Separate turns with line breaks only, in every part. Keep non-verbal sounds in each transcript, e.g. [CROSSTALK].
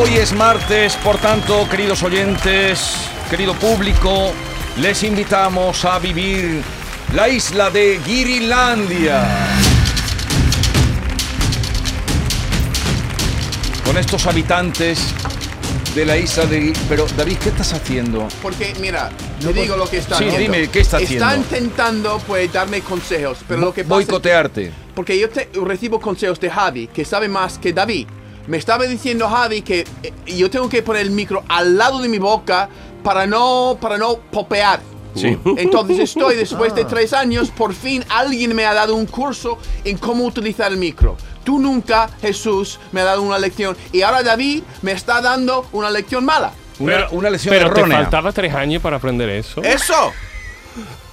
Hoy es martes, por tanto, queridos oyentes, querido público, les invitamos a vivir la isla de Girilandia. Con estos habitantes de la isla de... Pero, David, ¿qué estás haciendo?
Porque, mira, te digo lo que está
Sí,
haciendo.
dime, ¿qué está haciendo?
intentando, pues, darme consejos, pero lo que pasa es-
Boicotearte.
Porque yo te- recibo consejos de Javi, que sabe más que David. Me estaba diciendo Javi que eh, yo tengo que poner el micro al lado de mi boca para no, para no popear.
Sí.
Entonces estoy,
[LAUGHS]
después
Ah.
de tres años, por fin alguien me ha dado un curso en cómo utilizar el micro. Tú nunca, Jesús, me has dado una lección. Y ahora David me está dando una lección mala.
Una,
Pero-
una lesión
pero
errónea.
te faltaba tres años para aprender eso.
¡Eso!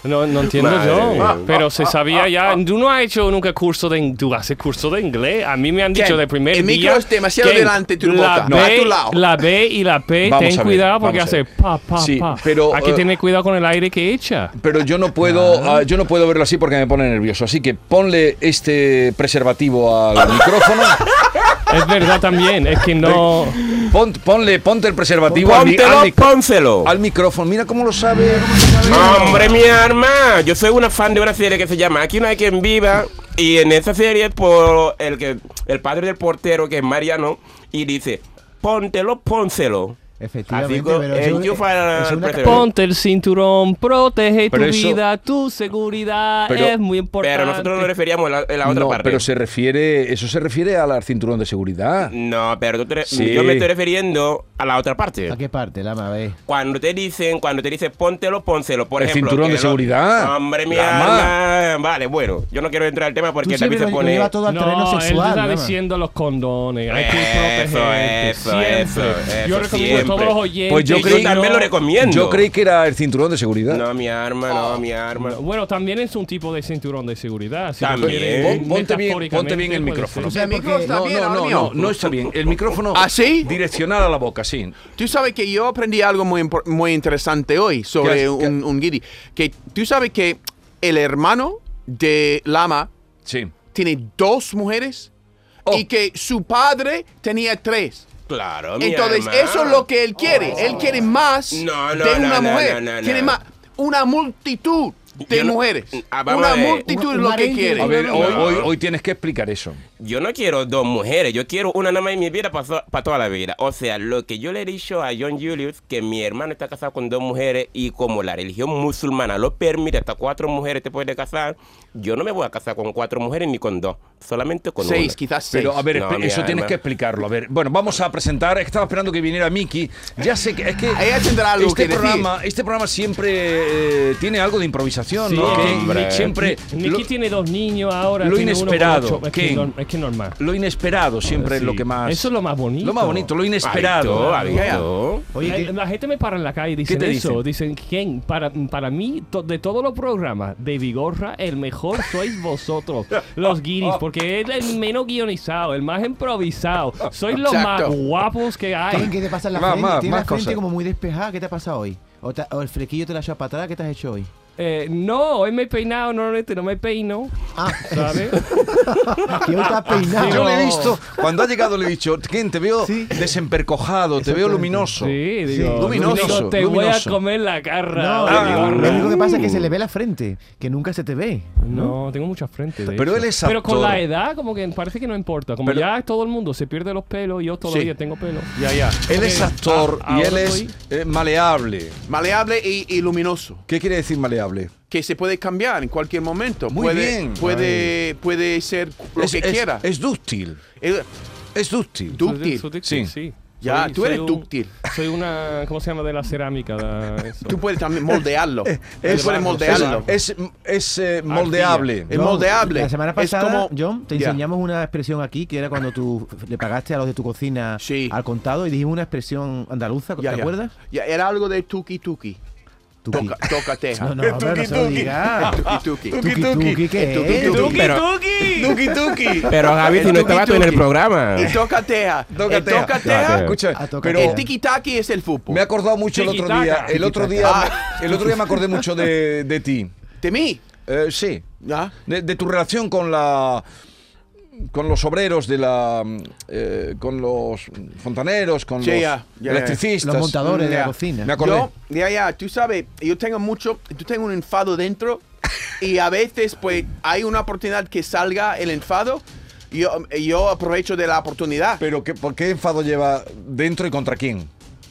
No, no entiendo
Madre
yo.
mía.
Pero se sabía
Ah,
ya. Tú no has hecho nunca curso de. Tú haces curso de inglés. A mí me han dicho
Ken,
de primer
el micro
día.
es demasiado
Ken,
delante de tu
la
boca, no, a
B-
tu lado.
La B y la P.
Vamos
ten
a ver,
cuidado porque
vamos a
hace
ver.
pa, pa,
Sí,
pa.
pero,
Hay que
eh,
tener cuidado con el aire que echa.
Pero yo no puedo, ah, yo no puedo verlo así porque me pone nervioso. Así que ponle este preservativo al micrófono.
Es verdad también. Es que no.
Pon- ponle, ponte el preservativo al, mi- al,
Póntelo,
mic-
pónselo.
al micrófono. Mira cómo lo sabe. cómo lo sabe.
Hombre, mi arma. Yo soy una fan de una serie que se llama Aquí no hay quien viva. Y en esa serie, por el que el padre del portero, que es Mariano, y dice, póntelo, pónselo.
Efectivamente,
Así que
pero eso-
enchufa al
es una-
preservativo.
Ponte el cinturón, protege
Pero
tu
eso-
vida, tu seguridad
Pero-
es muy importante.
Pero nosotros nos referíamos a la, a la otra
No,
parte.
pero se refiere, eso se refiere al cinturón de seguridad.
No, pero tú te re-
Sí.
yo me estoy refiriendo a la otra parte.
¿A qué parte, Lama? A ver.
Cuando te dicen, cuando te dicen póntelo, pónselo. Por
El
ejemplo,
cinturón
que
de
lo-
seguridad.
Hombre, mi
La ma.
alma. Vale, bueno, yo no quiero entrar al tema
Tú
porque también
siempre
se
lo, lo
pone.
llevas todo al terreno
no,
sexual.
él está
Lama.
diciendo los condones. Hay que
Eso,
protegerte
eso,
siempre.
eso,
yo
eso,
recomiendo a todos
siempre.
los oyentes.
Pues yo
que
creí-
no-
también lo recomiendo.
Yo creí que era el cinturón de seguridad.
No, mi arma,
Ah.
no, mi arma.
Bueno, también es un tipo de cinturón de seguridad. si
También.
lo quieres
Pon- ponte bien-
metafóricamente,
ponte bien el
puede
micrófono.
O
ser.
sea,
El micro
porque-
está
no,
bien,
no,
ahora
no,
mío.
no, no está bien. El micrófono
¿Ah, sí?
direccional a la boca, sí.
Tú sabes que yo aprendí algo muy, impor- muy interesante hoy
¿Qué
sobre
has- qué-
un, un guiri. Que tú sabes que el hermano de Lama
Sí.
tiene dos mujeres
Oh.
y que su padre tenía tres.
Claro, mi
Entonces,
arma.
eso es lo que él quiere. Él quiere más
No, no,
de
no,
una
no,
mujer.
no, no,
tiene
no.
más. Una multitud de
Yo no-
mujeres.
Ah, vamos
una
a ver.
multitud
Un-
es
un
lo que
harén de-
quiere.
A ver, oh,
no,
hoy,
no.
hoy, hoy tienes que explicar eso.
Yo no quiero dos mujeres, yo quiero una nada más en mi vida para, toda la vida. O sea, lo que yo le he dicho a John Julius, que mi hermano está casado con dos mujeres y como la religión musulmana lo permite, hasta cuatro mujeres te puedes casar, yo no me voy a casar con cuatro mujeres ni con dos, solamente con
seis,
una.
quizás seis.
Pero a ver,
No,
espe-
mi
eso tienes
alma.
que explicarlo. A ver, bueno, vamos a presentar. Estaba esperando que viniera Miki. Ya sé que es que
Ella tendrá algo
este
que decir.
programa, este programa siempre eh, tiene algo de improvisación,
Sí,
¿no?
que
Que
hombre.
siempre
Nicky
lo,
tiene dos niños ahora.
lo
tiene uno con
inesperado,
ocho. Es que,
Ken.
no- es que normal.
lo inesperado siempre es
Sí.
lo que más.
Eso es lo más bonito.
Lo más bonito, lo
Adicto,
inesperado.
adicto.
Oye,
Eh,
que-
la gente me para en la calle y dicen
te
eso. Dicen, ¿quién? Para, para mí, to- de todos los programas de Vigorra, el mejor sois vosotros, los guiris, porque es el menos guionizado, el más improvisado. Sois los
Exacto.
más guapos que
Ken,
hay.
¿qué te pasa en la
Más,
frente?
más,
Tienes
más
la frente
cosas.
como muy despejada. ¿Qué te ha pasado hoy? ¿O, te- o el flequillo te la echó para atrás? ¿Qué te has hecho hoy?
Eh, no, hoy me he peinado, normalmente no me peino,
Ah,
¿sabes?
que hoy te has peinado.
Yo le he
No.
visto, cuando ha llegado le he dicho, Ken, te veo
Sí.
desempercojado, te veo
Exactamente.
luminoso.
Sí, digo,
luminoso,
digo, te
luminoso.
voy a comer la garra.
No,
de
Ah.
lo
Vigorra.
único que pasa es que se le ve la frente, que nunca se te ve.
No, tengo mucha frente. de
Pero
hecho.
él es
Pero con
actor.
la edad, como que parece que no importa. Como
Pero-
ya todo el mundo se pierde los pelos, yo todavía tengo pelo.
Ya, ya. Él es
Ok.
actor
Ah,
y él
ahora
es
estoy-
eh, maleable.
Maleable y, y luminoso.
¿Qué quiere decir maleable?
Que se puede cambiar en cualquier momento.
Muy
puede,
bien.
Puede, puede ser lo
es,
que
es-
quiera.
es dúctil.
Eh,
Es dúctil.
Tú-
Soy- soy
Dúctil.
dúctil,
Sí.
sí.
Ya,
Soy-
tú eres
soy un-
dúctil.
Soy una. ¿Cómo se llama? De la cerámica. da- eso.
Tú puedes también moldearlo. Tú puedes moldearlo.
Es, es, es, eh, moldeable.
Es moldeable.
La semana
Es
pasada,
como-
John, te
Ya.
enseñamos una expresión aquí que era cuando tú le pagaste a los de tu cocina
Sí.
al contado y dijimos una expresión andaluza, ¿te
Ya, ya.
acuerdas?
Ya, era algo de tuki tuki.
Tuki.
Toca, toca teja.
No, no, pero no se lo digas.
Tuki tuki.
Tuki, tuki,
Eh,
¿qué
Tuki,
es?
tuki.
Pero,
Pero
Javi, si no estabas tú en el programa.
Y toca teja.
Toca
El
teja.
toca
Toca
teja.
teja.
Escucha,
A tocar
pero
El tiki taki es el fútbol.
me he acordado mucho el otro día.
Tiki-taka.
El otro día,
Ah.
el otro día me acordé mucho de, de ti.
De mí.
Eh, sí.
¿Ah?
De, de tu relación con la con los obreros de la. mm, eh, con los fontaneros, con
Sí,
los
ya, ya, ya.
electricistas.
Los montadores de
Ya.
la cocina.
Me acordé.
Yo, ya, ya, tú sabes, yo tengo mucho, yo tengo un enfado dentro y a veces pues hay una oportunidad que salga el enfado, yo, yo aprovecho de la oportunidad.
Pero ¿qué, ¿por qué enfado lleva dentro y contra quién?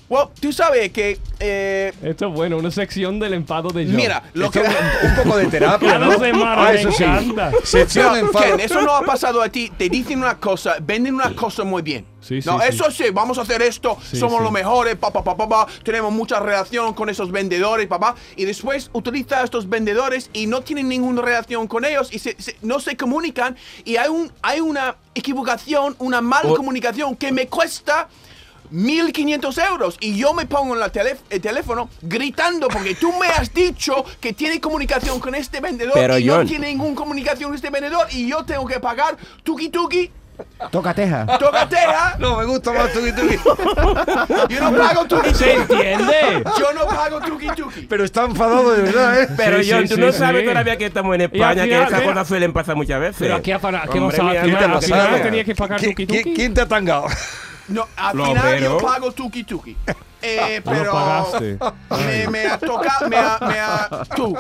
Bueno, tú sabes que, eh,
Esto es bueno, una sección del enfado de John.
mira, lo que...
Esto es un, un poco de terapia,
[LAUGHS]
Cada
¿no? Ah,
semana me encanta.
Sección
No,
enfado.
Ken, eso no ha pasado a ti. Te dicen una cosa, venden una cosa muy bien.
Sí, sí,
no,
sí.
eso sí, vamos a hacer esto,
Sí,
somos
sí.
los mejores, papá, papá, papá, tenemos mucha relación con esos vendedores, papá. Y después utiliza a estos vendedores y no tienen ninguna relación con ellos y se- se- no se comunican. Y hay, un, hay una equivocación, una mala
O-
comunicación que me cuesta. 1500 euros y yo me pongo en la tele- el teléfono gritando porque tú me has dicho que tiene comunicación con este vendedor
Pero,
y no
John,
tiene ninguna comunicación con este vendedor y yo tengo que pagar tuki tuki,
Toca teja.
tocatea,
[LAUGHS] No, me gusta más tuki tuki.
yo no pago tuki
¿Se
tuki,
entiende?
yo no pago tuki tuki.
Pero está enfadado de verdad, ¿eh?
Pero
Sí,
John,
sí,
tú
sí,
no
sí.
sabes todavía que estamos en España,
aquí,
que
ah,
esas
mira.
cosas suelen pasar muchas veces.
Pero aquí para que
eh, Hombre, mira,
aquí
¿qué te
al
pasaba?
final tenía que pagar
¿Qui-
tuki
qui-
tuki.
¿Quién te ha tangado?
No, al
Lo
final yo
veo.
pago tuki tuki. Eh,
No
pero
pagaste.
me, me ha tocado, me ha, me ha, tú.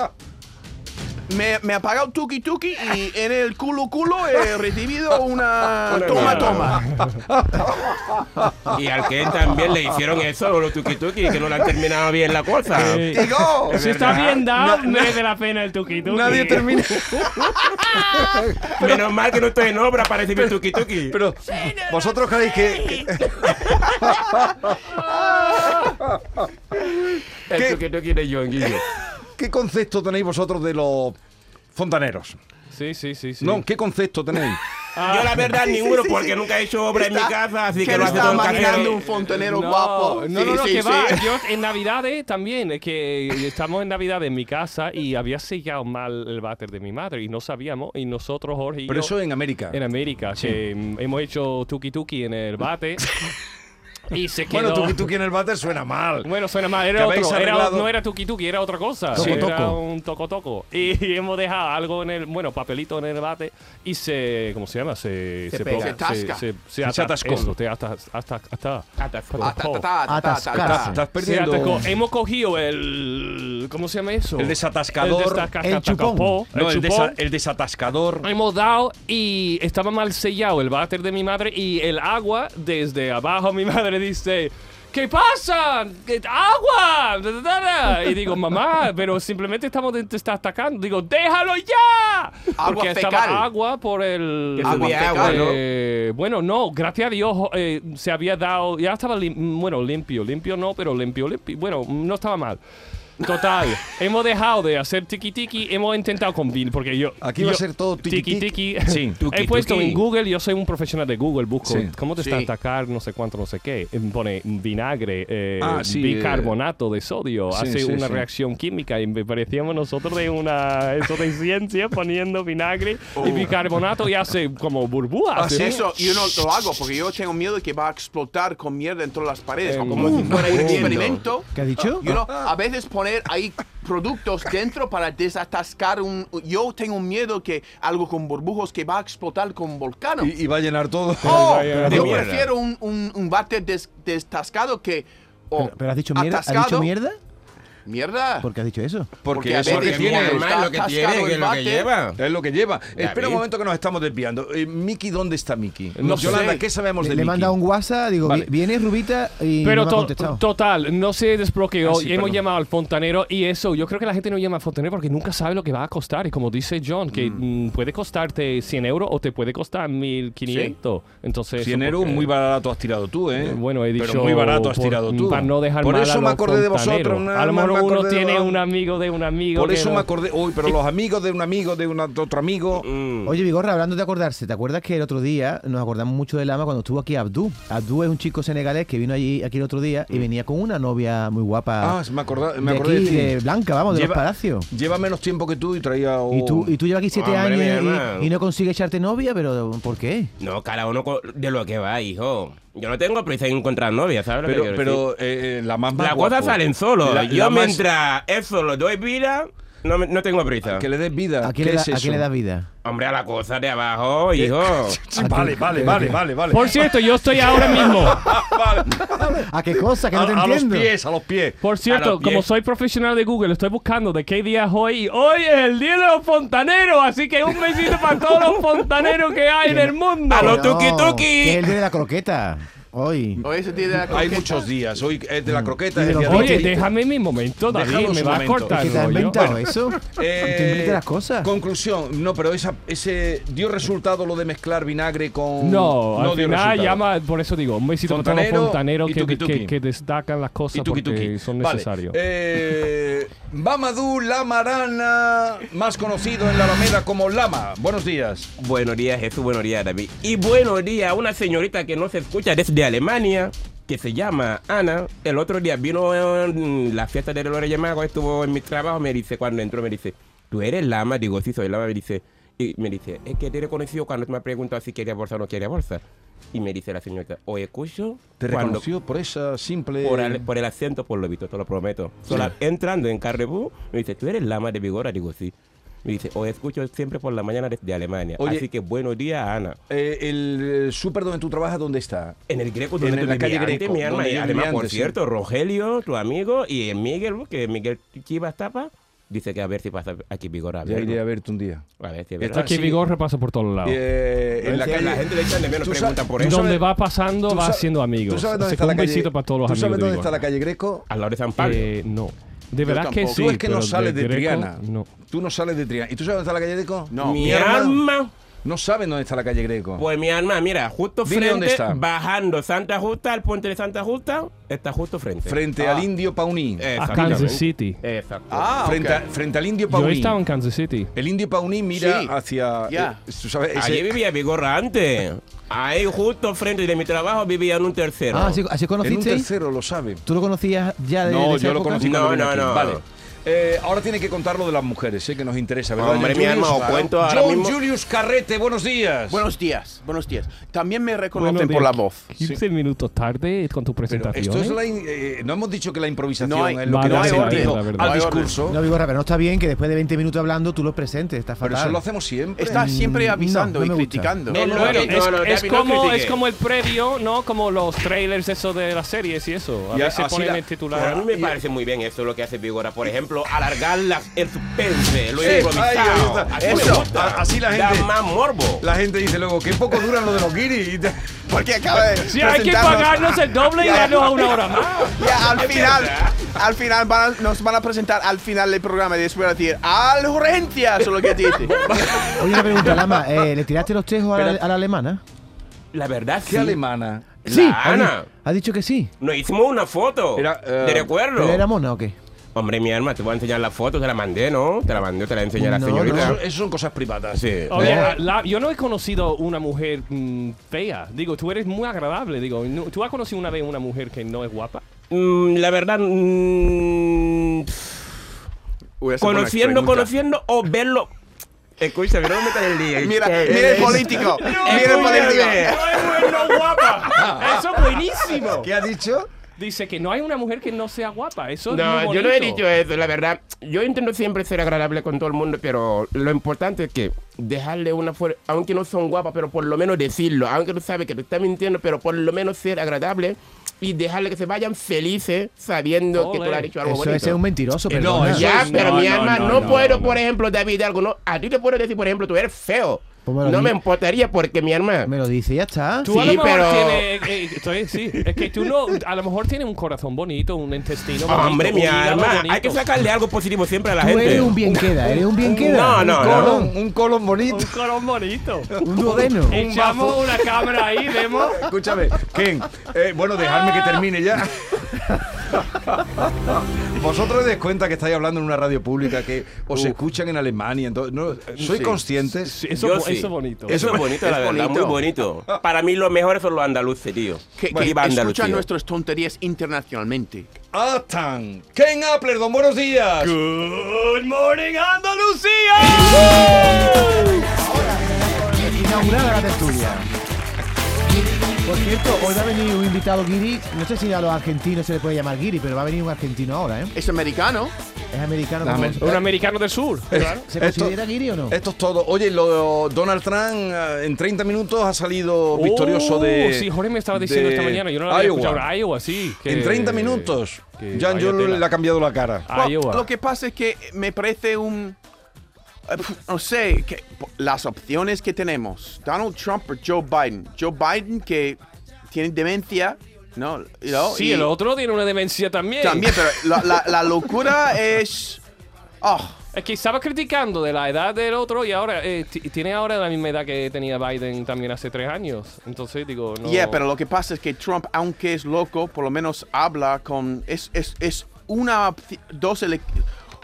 Me, me ha pagado tuki tuki y en el culo culo he recibido una
Una
toma
mierda.
toma.
Y al que él también le hicieron eso, los tuki tuki, que no le han terminado bien la cosa.
Sí.
Digo,
Eh, [LAUGHS] Si está bien dado, merece la pena el tuki tuki.
Nadie termina.
Menos mal que no estoy en obra para recibir tuki tuki.
Pero, ¿vosotros creéis que, eh, ¿qué?
El tuki tuki de John Guillo.
¿Qué concepto tenéis vosotros de los fontaneros?
Sí, sí, sí. sí.
No, ¿qué concepto tenéis?
[LAUGHS]
Ah. Yo la verdad ninguno,
sí,
porque nunca he hecho obra en mi
Está-
casa, así
Ken
que lo hace
está
todo el
imaginando un
casero.
fontanero
no,
guapo.
No,
Sí,
no, no,
sí,
que
sí.
va. Yo en Navidades también, es que estamos en Navidades en mi casa y había sellado mal el váter de mi madre y no sabíamos. Y nosotros, Jorge y
Pero
yo,
eso en América.
en América, que mm, hemos hecho tuki tuki en el bate y se quedó.
Bueno, tú, tú en el váter suena mal.
Bueno, suena mal,
Que
era
habéis
otro, era-
arreglado-
no era tuki tuki, era otra cosa.
Toco,
era
toco.
un toco toco. Y, [LAUGHS] hemos dejado algo en el, bueno, papelito en el bate y se, ¿cómo se llama? Se,
Se pega.
Se tasca.
Se, se
Se
ata-
atascó.
eso, te hasta, hasta, hasta,
Atascó.
Ah, ta, ta, ta, ta, ta, ta, ta.
Atascarse.
Estás
se
perdiendo.
atascó. Hemos cogido el, ¿cómo se llama eso?
El desatascador.
El desatasca-
El chupón.
atacapó,
No, el,
chupón.
desa- el desatascador.
Hemos dado y estaba mal sellado el váter de mi madre y el agua desde abajo [LAUGHS] mi madre dice ¿Qué pasa? ¿Qué- ¡Agua! Da, da, da, da. Y digo, mamá, pero simplemente estamos de- te está atacando. Digo, ¡déjalo ya!
Agua
Porque
fecal.
estaba agua por el...
Que
Agua
subía agua, ¿no?
Eh, bueno, no, gracias a Dios eh, se había dado, ya estaba lim- bueno, limpio, limpio no, pero limpio, limpio, bueno, no estaba mal. Total, hemos dejado de hacer tiki tiki, hemos intentado combinar, porque yo...
Aquí va a
yo-
ser todo tiki
tiki.
tiki.
Sí, [LAUGHS]
Tuki,
he puesto
tuki.
en Google, yo soy un profesional de Google, busco
Sí.
cómo te
Sí.
está a atacar, no sé cuánto, no sé qué. Eh, Pone vinagre, eh,
Ah, sí,
bicarbonato de sodio,
sí,
hace
sí,
una
sí.
reacción química y me parecíamos nosotros de una, eso de ciencia, [LAUGHS] poniendo vinagre y bicarbonato y hace como burbujas.
Ah, ¿sí?
Eso yo no lo hago porque yo tengo miedo de que va a explotar con mierda dentro de las paredes.
Eh,
como si
mm,
fuera un
entiendo.
experimento.
Em, ¿Qué ha dicho?
Yo no- a veces poner ahí productos dentro para desatascar un. Yo tengo miedo que algo con burbujos que va a explotar con volcán.
Y, y va a llenar
[LAUGHS]
todo.
Oh,
Vaya,
yo
mierda.
prefiero un, un, un váter des- destascado que. oh,
Pero, pero has dicho mierda. ¿Has
atascado.
dicho mierda?
Mierda.
¿Por qué has dicho eso?
[LAUGHS] Porque,
porque a
eso es lo
veces
que tiene.
viene-
normal lo que
está
tiene,
atascado
que
el
es lo
bate.
que lleva.
Es lo que lleva.
Ya
Espera un
ves.
momento que nos estamos desviando. Eh, Miki, ¿dónde está Miki?
No
Yolanda,
sé.
¿qué sabemos
Le,
de
le
Miki?
manda un WhatsApp, digo,
Vale.
vi- viene Rubita y
Pero
no me ha
to-
contestado.
total, no se desbloqueó.
Ah, sí,
Hemos
perdón.
llamado al fontanero y eso. Yo creo que la gente no llama al fontanero porque nunca sabe lo que va a costar. Y como dice John, que mm, puede costarte 100 euros o te puede costar 1500. Entonces.
100
eso
euros
porque-
muy barato has tirado tú, ¿eh?
Eh, Bueno, he dicho.
Pero muy barato has
por-
tirado tú.
Para no dejar
Por
mal a
eso me
los
acordé de
fontaneros.
vosotros. nada
a lo
más me
mejor uno
acordé de
tiene
vos-
un amigo de un amigo.
Por
que
eso
no-
me acordé. Uy, pero los amigos de un amigo, de, una- de otro amigo.
Mm.
Oye, Vigorra, hablando de acordarse, ¿te acuerdas que el otro día nos acordamos mucho de Lama cuando estuvo aquí Abdú? Abdú es un chico senegalés que vino allí aquí el otro día y venía con una novia muy guapa.
Mm. Ah, se me acordé, me
de
acordé
aquí,
de ti.
de Blanca, vamos, de
Lleva- Oh.
los palacios.
Lleva menos tiempo que tú y traía.
Y, tú,
un-
y tú llevas aquí siete
Hombre, mi
años
hermano.
y, y no consigues echarte novia, pero ¿por qué?
No, cada uno co- de lo que va, hijo. Yo no tengo prisa en encontrar novia, ¿sabes? lo que
Pero,
quiero decir?
pero eh, eh, la más más
Las cosas
guapo.
salen solo.
La-
Yo
la más-
mientras eso lo doy vida, No, me- no tengo prisa.
Que le des vida.
¿A
¿Qué
quién, le da,
es
a quién
eso?
le das vida?
Hombre, a la cosa de abajo,
Eh,
hijo.
[LAUGHS]
Sí, vale, vale, vale, vale, vale.
Por cierto, yo estoy ahora mismo.
Ah, Vale.
¿A qué cosa? Que
A,
no te
a los
entiendo.
pies, a los pies.
Por cierito,
los
como
pies.
soy profesional de Google, estoy buscando de qué día es hoy. Y hoy es el día de los fontaneros, así que un besito para todos los fontaneros que hay en el mundo.
Ah,
A los
No,
tuki tuki.
que es el día de la croqueta. Hoy.
Hoy ese día de la
Hay
croqueta.
muchos días. Hoy es de la croqueta.
Y
es
de
el
los
día de-
Oye,
Oye,
déjame mi momento, David,
déjalo
me
su
va a
momento.
cortar.
¿Que te has
rollo.
inventado eso?
Eh,
¿Te inventas las cosas?
Conclusión, no, pero esa, ese dio resultado lo de mezclar vinagre con.
No, al
dio
final
resultado.
llama, por eso digo, un besito para todos los
Fontanero
fontaneros
y
que,
tuki-tuki.
que- que destacan las cosas
Y tuki,
porque
tuki.
son
Vale.
necesarios.
Eh, Mamadou Lamarana, más conocido en la Alameda como Lama. Buenos días.
Buenos días, Jesús. Buenos días, David. Y buenos días a una señorita que no se escucha desde Alemania, que se llama Ana. El otro día vino en la fiesta de Dolores Yamago, estuvo en mi trabajo. Me dice, cuando entró, me dice, ¿tú eres lama? Digo, sí, soy lama. Me dice, y me dice, es que te he reconocido cuando me ha preguntado si quería bolsa o no quería bolsa. Y me dice la señorita, o escucho
Te
cuando-
reconoció por esa simple.
por el, por el acento, por lo visto, te lo prometo. Sola- entrando en Carrefour, me dice, ¿tú eres lama de Vigora? Digo, sí. Me dice, os escucho siempre por la mañana desde Alemania.
Oye.
Así que buenos días, Ana.
Eh, el eh, súper donde tú trabajas, ¿dónde está?
En el Greco,
En
donde
la
tú vivías
calle
antes,
Greco,
mi alma.
donde
Y
yo
además,
vivía
por
antes, sí.
cierto, Rogelio, tu amigo, y Miguel, que Miguel Chivas Tapa, dice que a ver si pasa aquí Vigora. A
Ya
ver,
iré a verte un día.
a ver si es
Está
verdad.
Aquí
sí.
Vigor repasa por todos lados.
Eh, en la
Sí,
calle.
La gente le echa de menos,
Tú sa-
pregunta por
tú
eso.
Donde
sabes-
va pasando,
tú
va
sa-
haciendo amigos.
¿Tú sabes
Así
dónde
que
está la
un
calle?
besito para todos los
¿Tú
amigos
sabes
de
dónde
Vigor.
está la calle Greco?
Al lado de San Pablo.
Eh, no. De verdad que
tampoco.
sí.
tú es que no
pero
sales de,
Greco,
Triana.
No.
Tú no sales de Triana. ¿Y tú sabes dónde está la calle Greco?
No.
mi,
Mi alma.
alma.
No saben dónde está la calle Greco.
Pues mi alma, mira, justo
Dile
frente,
dónde está.
bajando Santa Justa, al puente de Santa Justa, está justo frente.
frente al Indio Pauní.
A
Exactamente.
Kansas City.
Exacto.
Ah,
frente,
ok.
a- frente al Indio
Yo he
Pauní.
estado en Kansas City.
El Indio Pauní mira
Sí.
hacia.
Ya.
eh, tú sabes, ese-
Allí vivía Vigorra antes. Ahí justo frente de mi trabajo vivía en un tercero.
Ah, ¿así, así
en un
conociste?
tercero lo sabe.
¿Tú lo conocías ya Ah, de
No,
de esa
yo lo
época?
conocí
No,
cuando vine
no,
aquí.
no.
Vale. Eh, ahora tiene que contar lo de las mujeres, sé que nos interesa, ¿verdad?
Hombre,
John
mi alma,
Julius?
os cuento ahora
John
mismo.
Julius Carrete, buenos días.
Buenos días, buenos días. También me reconocen
Buenos
por la
días.
voz.
15 minutos tarde con tu
Pero
presentación.
esto es
¿eh?
la in- eh, no hemos dicho que la improvisación
No hay-
es lo que
no
nos
hay
hace
orden,
sentido
la verdad.
al
No hay orden.
discurso.
No, Vigorra, pero no está bien que después de 20 minutos hablando tú lo presentes. Está
pero
fatal.
eso lo hacemos siempre.
Estás siempre
Mm, no,
avisando
no
y
me gusta.
criticando.
No,
Eh,
no,
bueno,
no,
es,
no, no,
es
David, no
como,
critique.
es como el previo, ¿no? Como los trailers eso de las series y eso. A
Y a-
veces
así
ponen
la-
el
Pues a mí
titular.
me parece muy bien eso lo que hace Vigora. Por ejemplo, alargar la- el suspense, lo
Sí, ahí, ahí
improvisado.
está.
Así
Eso,
me gusta.
a- así la
Da
gente-
más morbo.
La gente dice luego que poco duran lo de los guiris. y te-
Porque acaba de.
Si hay que
presentarnos.
pagarnos el doble y darnos a una hora más.
[LAUGHS]
Ya al final, al final van a- nos van a presentar al final del programa y después van a decir ¡Al urgencias! o lo que
[LAUGHS]
dice.
Oye, una
[LAUGHS]
pregunta, Lama. eh, ¿Le tiraste los tejos a la, a la alemana?
La verdad,
Qué
sí.
alemana.
La
ha di-
Ana.
Ha dicho que sí.
Nos hicimos una foto.
Era, eh,
¿Te recuerdo?
¿Pero era mona o qué?
Hombre, mi alma, te voy a enseñar la foto. Te la mandé, ¿no? Te la mandé, te la enseñé a la
No,
señorita.
Eso, eso son cosas privadas.
Sí.
Oye,
¿Eh?
la- yo no he conocido una mujer mm, fea. Digo, tú eres muy agradable. Digo, no- ¿tú has conocido una vez una mujer que no es guapa?
Mm, la verdad, mm,
Uy, esa
conociendo,
buena pregunta.
conociendo o verlo. Escúchame, no me metas en el día.
[LAUGHS] Mira, mira el político. Mira el político.
mujer no guapa!
[LAUGHS]
¡Eso es buenísimo!
ha dicho?
Dice que no hay una mujer que no sea guapa. Eso es muy
No, yo no he
bonito.
dicho eso, la verdad. Yo intento siempre ser agradable con todo el mundo, pero lo importante es que dejarle una fuerza, aunque no son guapas, pero por lo menos decirlo, aunque tú sabes que te está mintiendo, pero por lo menos ser agradable y dejarle que se vayan felices sabiendo que tú
Ole.
le has dicho algo
Eso
bonito.
es ser un mentiroso,
Eh,
pero
no, eso
Ya,
es-
pero
no,
mi
no,
alma,
no,
no,
no,
puedo,
no.
por ejemplo, David, algo, no. A ti te puedo decir, por ejemplo, tú eres feo.
Pues me lo
No
di-
me importaría porque mi alma.
Me lo dice y ya está.
Tú
Sí,
a lo mejor
pero-
tienes, eh, eh, estoy- sí, es que tú no, a lo mejor tienes un corazón bonito, un intestino bonito,
Hombre, mi
un hígado
alma, hay
bonito.
que sacarle algo positivo siempre a la
Tú
gente.
eres un bien queda, eres un bien queda.
No, no,
Un
no.
colon,
un colon bonito.
Un corazón
[LAUGHS]
bonito.
Un
Eh,
duodeno.
Echamos una cámara ahí, vemos.
Escúchame, Ken, eh, bueno, dejadme que termine ya. Vosotros os des cuenta que estáis hablando en una radio pública que os escuchan en Alemania. Entonces, no, ¿Sois conscientes?
Sí, eso,
Yo
bo-
sí.
eso bonito.
Eso es bonito, la
es
verdad,
bonito.
muy bonito. Para mí los mejores son los andaluces, tío.
Que, que
Viva Andalucía.
escuchan nuestras tonterías internacionalmente.
Atan, Ken Appler, don buenos días.
Good morning, Andalucía.
Inaugurada la tertulia. Por cierto, hoy va a venir un invitado Guiri. No sé si a los argentinos se le puede llamar Guiri, pero va a venir un argentino ahora, ¿eh?
Es americano.
Es americano.
Dame.
como-
Un americano del sur.
¿Se
Esto-
considera Guiri o no?
Esto es todo. Oye, lo, Donald Trump eh, en 30 minutos ha salido
Oh,
victorioso de.
Sí, Jorge me estaba diciendo
de
esta mañana. Yo no la había
Iowa.
escuchado. Iowa, sí. que-
en 30 minutos,
que
Jan
vaya tela.
Jul le ha cambiado la cara.
Bueno,
Iowa.
Lo que pasa es que me parece un. eh, No sé, que las opciones que tenemos, Donald Trump o Joe Biden. Joe Biden que tiene demencia, ¿no? ¿No?
Sí,
Y
el otro tiene una demencia también.
También, pero la, la- la locura es... Oh,
Es que estaba criticando de la edad del otro y ahora eh, ti- tiene ahora la misma edad que tenía Biden también hace tres años. Entonces digo, no.
yeah, pero lo que pasa es que Trump, aunque es loco, por lo menos habla con... Es, es, es una... opci- Dos... ele-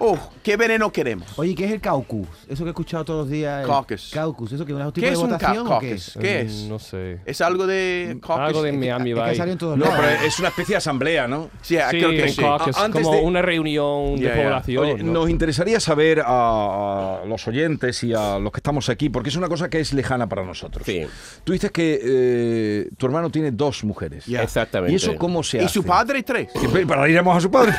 Oh, qué veneno queremos.
Oye, ¿qué es el caucus? Eso que he escuchado todos los días. el
Caucus.
Caucus. ¿Eso que es un tipo
¿Qué
de
es un ca-
votación o qué
caucus?
es?
Mm,
¿Qué es? Eh,
No sé.
Es algo de...
Mm, Algo de
caucus-
Miami
Es que
Vice.
salió en todos
No,
lados.
pero eh, es una especie de asamblea, ¿no?
Sí, ah,
Sí,
creo que
en
sí.
caucus,
A- antes
como
de-
una reunión
Yeah,
de
yeah.
población.
Oye,
¿no?
Nos interesaría saber a, a los oyentes y a los que estamos aquí, porque es una cosa que es lejana para nosotros.
Sí.
Tú dices que eh, tu hermano tiene dos mujeres.
Ya.
Exactamente.
¿Y eso cómo se hace?
Y su padre tres.
Que pe- Para iremos a su padre.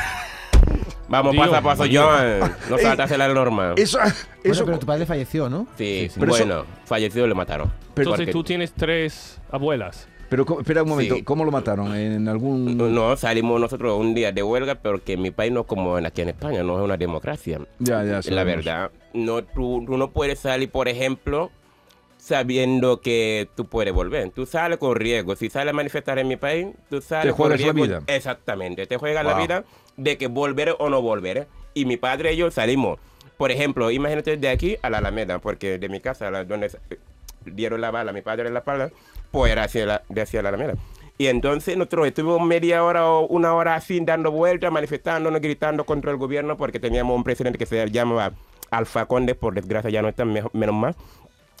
Vamos
Dios
paso a paso,
mío.
John. No saltase la norma.
Eso,
Bueno,
eso
pero tu padre falleció, ¿no?
Sí,
Pero eso-
bueno, fallecido le mataron.
pero-
Entonces
porque-
tú tienes tres abuelas.
Pero co- espera un momento,
Sí.
¿cómo lo mataron? ¿En algún...?
No, salimos nosotros un día de huelga, pero que mi país no es como en- aquí en España, no es una democracia.
Ya, ya,
la
sabemos.
verdad, no, tú, tú no puedes salir, por ejemplo, sabiendo que tú puedes volver. Tú sales con riesgo. Si sales a manifestar en mi país, tú sales
Te juegas
con
la
riesgo.
vida.
Exactamente, te juegas la
Wow.
vida de que volver o no volver. Y mi padre y yo salimos. Por ejemplo, imagínate de aquí a la Alameda, porque de mi casa, la- donde sa- dieron la bala, mi padre en la pala, pues era hacia la, de hacia la Alameda. Y entonces nosotros estuvimos media hora o una hora así dando vueltas, manifestándonos, gritando contra el gobierno, porque teníamos un presidente que se llamaba Alfa Conde, por desgracia ya no está, mejo- menos más.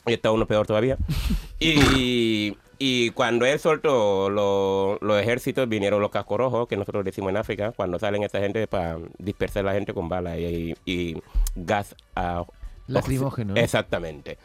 Y está uno peor todavía. [LAUGHS] Y, y cuando él soltó lo- los ejércitos, vinieron los cascorojos, que nosotros decimos en África, cuando salen esta gente para dispersar la gente con balas y, y gas a-
Lacrimógeno.
oxi- Exactamente.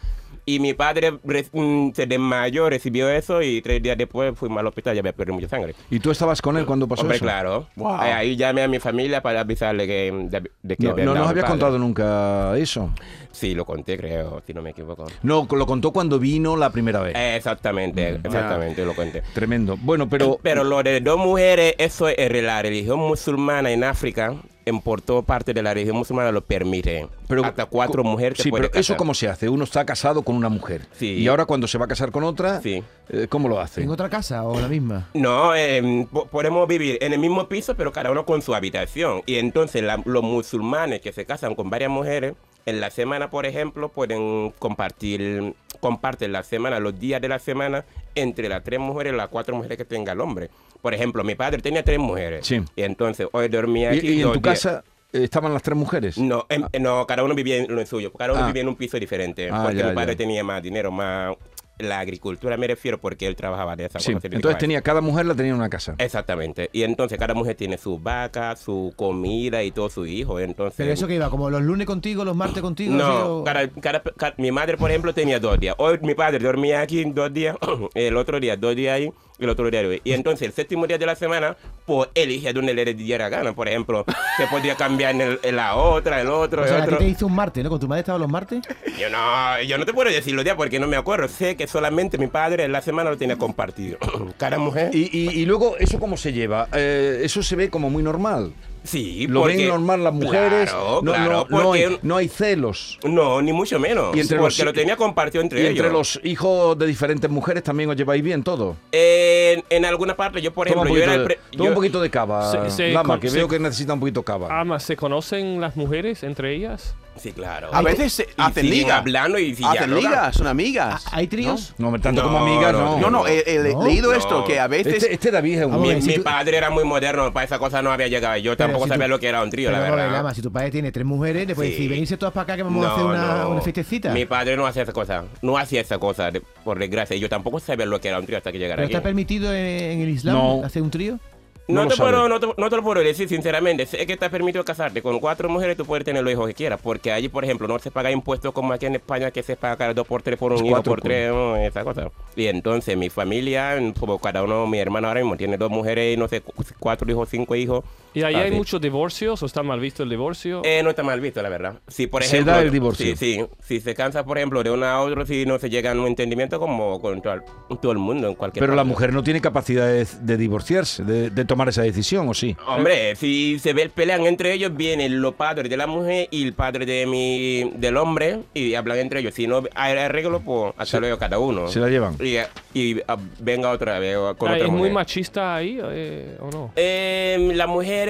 Y mi padre re- mm, se desmayó, recibió eso y tres días después fuimos al hospital y había perdido mucha sangre.
¿Y tú estabas con él cuando pasó
Hombre,
eso?
claro.
Wow.
Eh, Ahí llamé a mi familia para avisarle que, de, de que
No,
había
no
dado
nos
mi
habías
padre.
contado nunca eso.
Sí, lo conté, creo, si no me equivoco.
No, lo contó cuando vino la primera vez.
Eh, Exactamente,
Mm,
exactamente, lo conté.
Tremendo. Bueno, pero...
Eh, Pero lo de dos mujeres, eso es re- la religión musulmana en África, en por toda parte de la religión musulmana lo permite.
pero-
Hasta cuatro
co-
mujeres se
Sí,
puede
pero ¿eso
casar.
cómo se hace? Uno está casado con una mujer.
Sí.
Y ahora cuando se va a casar con otra,
Sí.
eh, ¿cómo lo hace?
¿En otra casa o la misma?
No, eh, po- podemos vivir en el mismo piso, pero cada uno con su habitación. Y entonces la- los musulmanes que se casan con varias mujeres, en la semana, por ejemplo, pueden compartir, comparten la semana, los días de la semana, entre las tres mujeres y las cuatro mujeres que tenga el hombre. Por ejemplo, mi padre tenía tres mujeres.
Sí.
Y entonces hoy dormía
¿Y,
aquí.
y en
dos
tu
días-
casa eh, estaban las tres mujeres?
No, em-
Ah.
no, cada uno vivía en lo suyo, cada uno
Ah.
vivía en un piso diferente,
Ah,
porque
ya,
mi padre
ya.
tenía más dinero, más la agricultura me refiero porque él trabajaba de esa
Sí.
cuando se dedicaba a
Entonces
eso.
tenía, cada mujer la tenía en una casa.
Eh. Exactamente. Y entonces cada mujer tiene su vaca, su comida y todo su hijo. Entonces,
Pero eso que iba, como los lunes contigo, los martes contigo. así,
no,
o-
cada- cada- cada- mi madre, por ejemplo, tenía dos días. Hoy mi padre dormía aquí dos días, [CLEARS THROAT] el otro día dos días ahí, el otro día ahí. Y entonces el séptimo día de la semana, pues elige donde le diera gana. Por ejemplo, se podía cambiar en, el- en la otra, el otro,
O sea,
el
a ti
otro.
te hizo un martes, ¿no? Con tu madre estaba los martes.
Yo no, yo no te puedo decir los días porque no me acuerdo. Sé que solamente mi padre en la semana lo tenía compartido. [CLEARS THROAT] Cada mujer.
Y, y- y luego, ¿eso cómo se lleva? Eh, eso se ve como muy normal.
sí,
Lo
porque-
ven normal las mujeres.
Claro,
no,
claro,
no- no hay,
porque-
no hay celos.
No, ni mucho menos.
Y entre
porque
los-
lo tenía compartido entre
Y
ellos.
entre los hijos de diferentes mujeres también os lleváis bien todo.
En, en alguna parte, yo por
Toma, un
ejemplo, yo
poquito,
era el
de,
pre-
toma un
yo-
poquito de cava,
Se- se
Lama,
con-
que
se-
veo que necesita un poquito de cava.
Ah, más, ¿se conocen las mujeres entre ellas?
Sí, claro.
A veces se-
Y
hacen
siguen
liga.
hablando y si
Hacen
dialogan.
ligas, son amigas.
¿Hay tríos?
No, tanto
No,
como amiga, no.
Yo no, he, he le-
No.
leído
No.
esto, que a veces...
[LAUGHS]
Este, este David es un...
Vamos a
Mi,
ver, si
mi
tú-
padre era muy moderno, para esa cosa no había llegado. Yo
Pero
tampoco
si
sabía
tú-
lo que era un trío,
pero
la
no le
verdad.
llamas. si tu padre tiene tres mujeres, le puedes
Sí.
decir, venirse todas para acá que vamos a
No,
hacer una,
no.
una fiestecita.
Mi padre no hacía esa cosa. No hacía esa cosa, de- por desgracia. Yo tampoco sabía lo que era un trío hasta que llegara
¿Pero está
aquí.
permitido en, en el Islam
No.
hacer un trío?
No,
lo
te
sabe.
puedo, no, te, no te lo puedo decir sinceramente. Sé que está permitido casarte con cuatro mujeres, tú puedes tener los hijos que quieras. Porque allí, por ejemplo, no se paga impuestos como aquí en España, que se paga cada dos por tres por un hijo,
cuatro
por tres, ¿no? esa cosa. Y entonces mi familia, como cada uno, mi hermano ahora mismo tiene dos mujeres y no sé, cu- cuatro hijos, cinco hijos.
¿Y ahí hay
Así.
muchos divorcios o está mal visto el divorcio?
Eh, no está mal visto, la verdad. Si, por
Se
ejemplo,
da el divorcio.
Sí, sí. Si se cansa, por ejemplo, de una a otra, si no se llega a un entendimiento como con todo, el- todo el mundo, en cualquier
Pero la
parte.
mujer no tiene capacidad de, de divorciarse, de, de tomar esa decisión, ¿o sí?
Hombre, si se ve el pelean entre ellos, vienen los padres de la mujer y el padre de mi, del hombre y hablan entre ellos. Si no hay arreglo, pues hasta
Se-
luego cada uno.
se la llevan.
Y, y, ah, venga otra vez o con
Ah,
otra
¿Es muy
mujer.
machista ahí eh, o no?
Eh, las mujeres,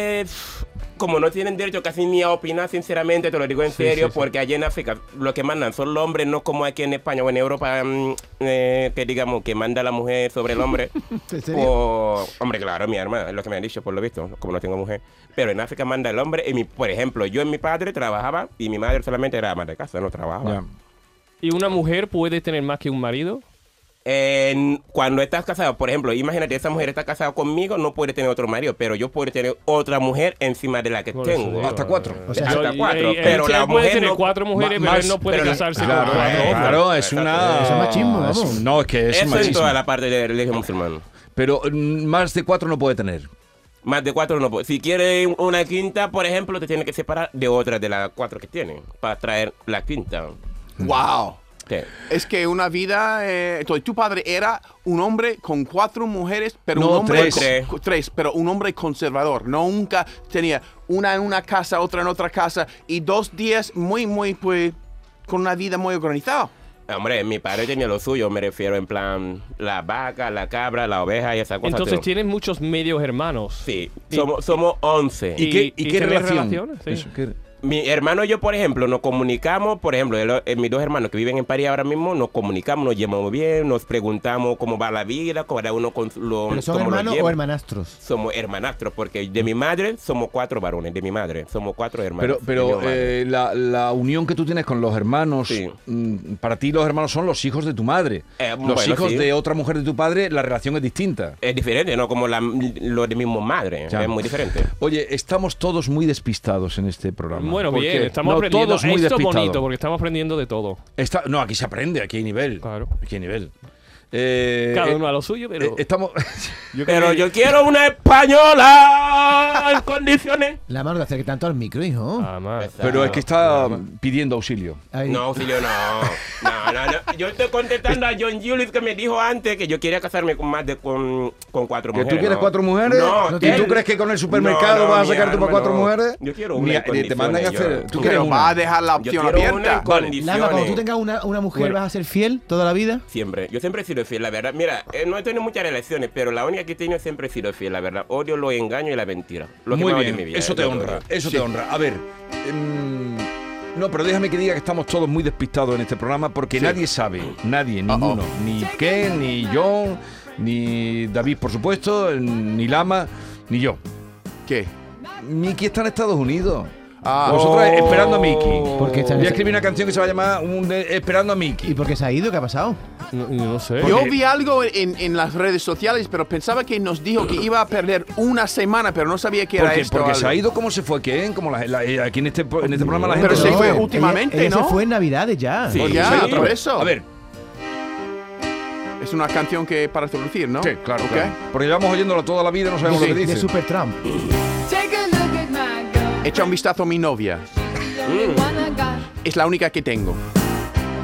como no tienen derecho casi ni a opinar, sinceramente, te lo digo en serio, porque allí en África lo que mandan son los hombres, no como aquí en España o en Europa, mm, eh, que digamos que manda la mujer sobre el hombre.
[LAUGHS] ¿En serio?
o, hombre, claro, mi hermana, es lo que me han dicho, por lo visto, como no tengo mujer. Pero en África manda el hombre, y mi, por ejemplo, yo en mi padre trabajaba y mi madre solamente era ama de casa, no trabajaba.
Ya.
¿Y una mujer puede tener más que un marido?
En- cuando estás casado, por ejemplo, imagínate, esa mujer está casada conmigo, no puede tener otro marido, pero yo puedo tener otra mujer encima de la que
Por eso
tengo.
digo,
Hasta cuatro.
eh,
O sea,
hasta
yo-
cuatro,
él- él
pero
sí
la
puede
mujer
tener
no-
cuatro mujeres,
Ma-
pero
más-
él no puede
pero-
casarse
claro,
con cuatro
eh,
hombres.
Claro, es una.
Eso es machismo,
es un-
vamos.
no, es que es un
Eso en
machismo.
toda la parte de la religión musulmana.
Pero mm, más de cuatro no puede tener.
Más de cuatro no puede. Si quieres una quinta, por ejemplo, te tiene que separar de otra de las cuatro que tiene para traer la quinta.
Wow.
Sí.
Es que una vida. eh, entonces, tu padre era un hombre con cuatro mujeres, pero
No,
un hombre.
tres.
con-
Tres.
con- tres, pero un hombre conservador. Nunca tenía una en una casa, otra en otra casa, y dos días muy, muy, pues. con una vida muy organizada.
Hombre, mi padre tenía lo suyo, me refiero en plan la vaca, la cabra, la oveja y esa cosa.
Entonces
tío.
tienes muchos medios hermanos.
Sí, somos, somos 11.
¿Y, qué, y
y
qué
tener
relación?
relaciones, sí.
Eso, ¿qué-
Mi hermano y yo, por ejemplo, nos comunicamos, por ejemplo, el- eh, mis dos hermanos que viven en París ahora mismo, nos comunicamos, nos llevamos bien, nos preguntamos cómo va la vida, cada uno con lo,
¿Pero son
cómo lo
hermanos
lleva.
o hermanastros?
Somos hermanastros, porque de mi madre somos cuatro varones, de mi madre somos cuatro hermanos.
Pero, pero
de mi madre.
eh, la, la unión que tú tienes con los hermanos,
Sí.
mm, para ti los hermanos son los hijos de tu madre.
Eh,
los
bueno,
hijos
sí.
de otra mujer de tu padre, la relación es distinta.
es diferente, ¿no? Como la, lo de mi madre,
Ya.
es muy diferente.
Oye, estamos todos muy despistados en este programa.
Bueno,
Porque-
bien, estamos
no,
aprendiendo.
Todos muy
Esto es
despistados.
bonito porque estamos aprendiendo de todo.
Está- no, aquí se aprende, aquí hay nivel.
Claro.
Aquí hay nivel. Eh,
Cada
eh,
uno a lo suyo, pero.
eh, estamos. [LAUGHS]
pero yo quiero una española en condiciones.
La mano de hacer tanto al micro, hijo.
Ah, más.
pero es que está pidiendo auxilio.
Ahí.
No, auxilio, no. No, no, no. Yo estoy contestando a John Julius que me dijo antes que yo quería casarme con más de con, con cuatro
¿Que
mujeres.
tú quieres
no.
cuatro mujeres?
No,
¿Y
que
tú
él-
crees que con el supermercado
No, no,
vas a
mi
sacarte para
hermano,
cuatro
no.
mujeres?
Yo quiero
Ni-
una. en
ni te mandan a
condiciones,
hacer-
yo-
¿Tú
yo
quieres
Pero
una?
va a dejar la
Yo
opción
quiero una
abierta.
en
Vale.
condiciones.
Lama, cuando tú tengas una, una mujer,
Bueno.
¿vas a ser fiel toda la vida?
Siempre. Yo siempre he sido fiel, la verdad. Mira, eh, no he tenido muchas relaciones, pero la única que he tenido siempre he sido fiel, la verdad. Odio los engaños y la mentira. Lo que
Muy
más odio
bien,
en mi vida,
eso
es
te
la
honra,
verdad.
eso te honra. A ver, em, no, pero déjame que diga que estamos todos muy despistados en este programa porque nadie sabe, nadie, ninguno, ni Ken, ni John, ni David, por supuesto, ni Lama, ni yo.
¿Qué?
Miki está en Estados Unidos.
Ah.
Vosotros esperando a Miki.
¿Por qué está en
Voy a
ese-
escribir una canción que se va a llamar un de- Esperando a
¿Y
Miki.
por qué se ha ido? ¿Qué ha pasado?
No, no sé.
Yo vi algo en, en las redes sociales, pero pensaba que nos dijo que iba a perder una semana, pero no sabía que era
Porque,
esto.
porque
algo.
se ha ido como se fue Ken, como la- la- eh, aquí en este, pro- en este programa la gente...
Pero se
lo
fue
sabe.
ella-
últimamente,
ella
¿no?
se fue en Navidades ya.
Sí.
Pues ya,
Sí.
por eso.
A ver,
Es una canción que para traducir, ¿no?
sí, claro,
Ok.
claro. Porque llevamos oyéndola toda la vida y no sabemos lo que
De,
dice.
de Super Trump.
Take a look at my girl.
Echa un vistazo a mi novia.
She's the only one I got.
Es la única que tengo.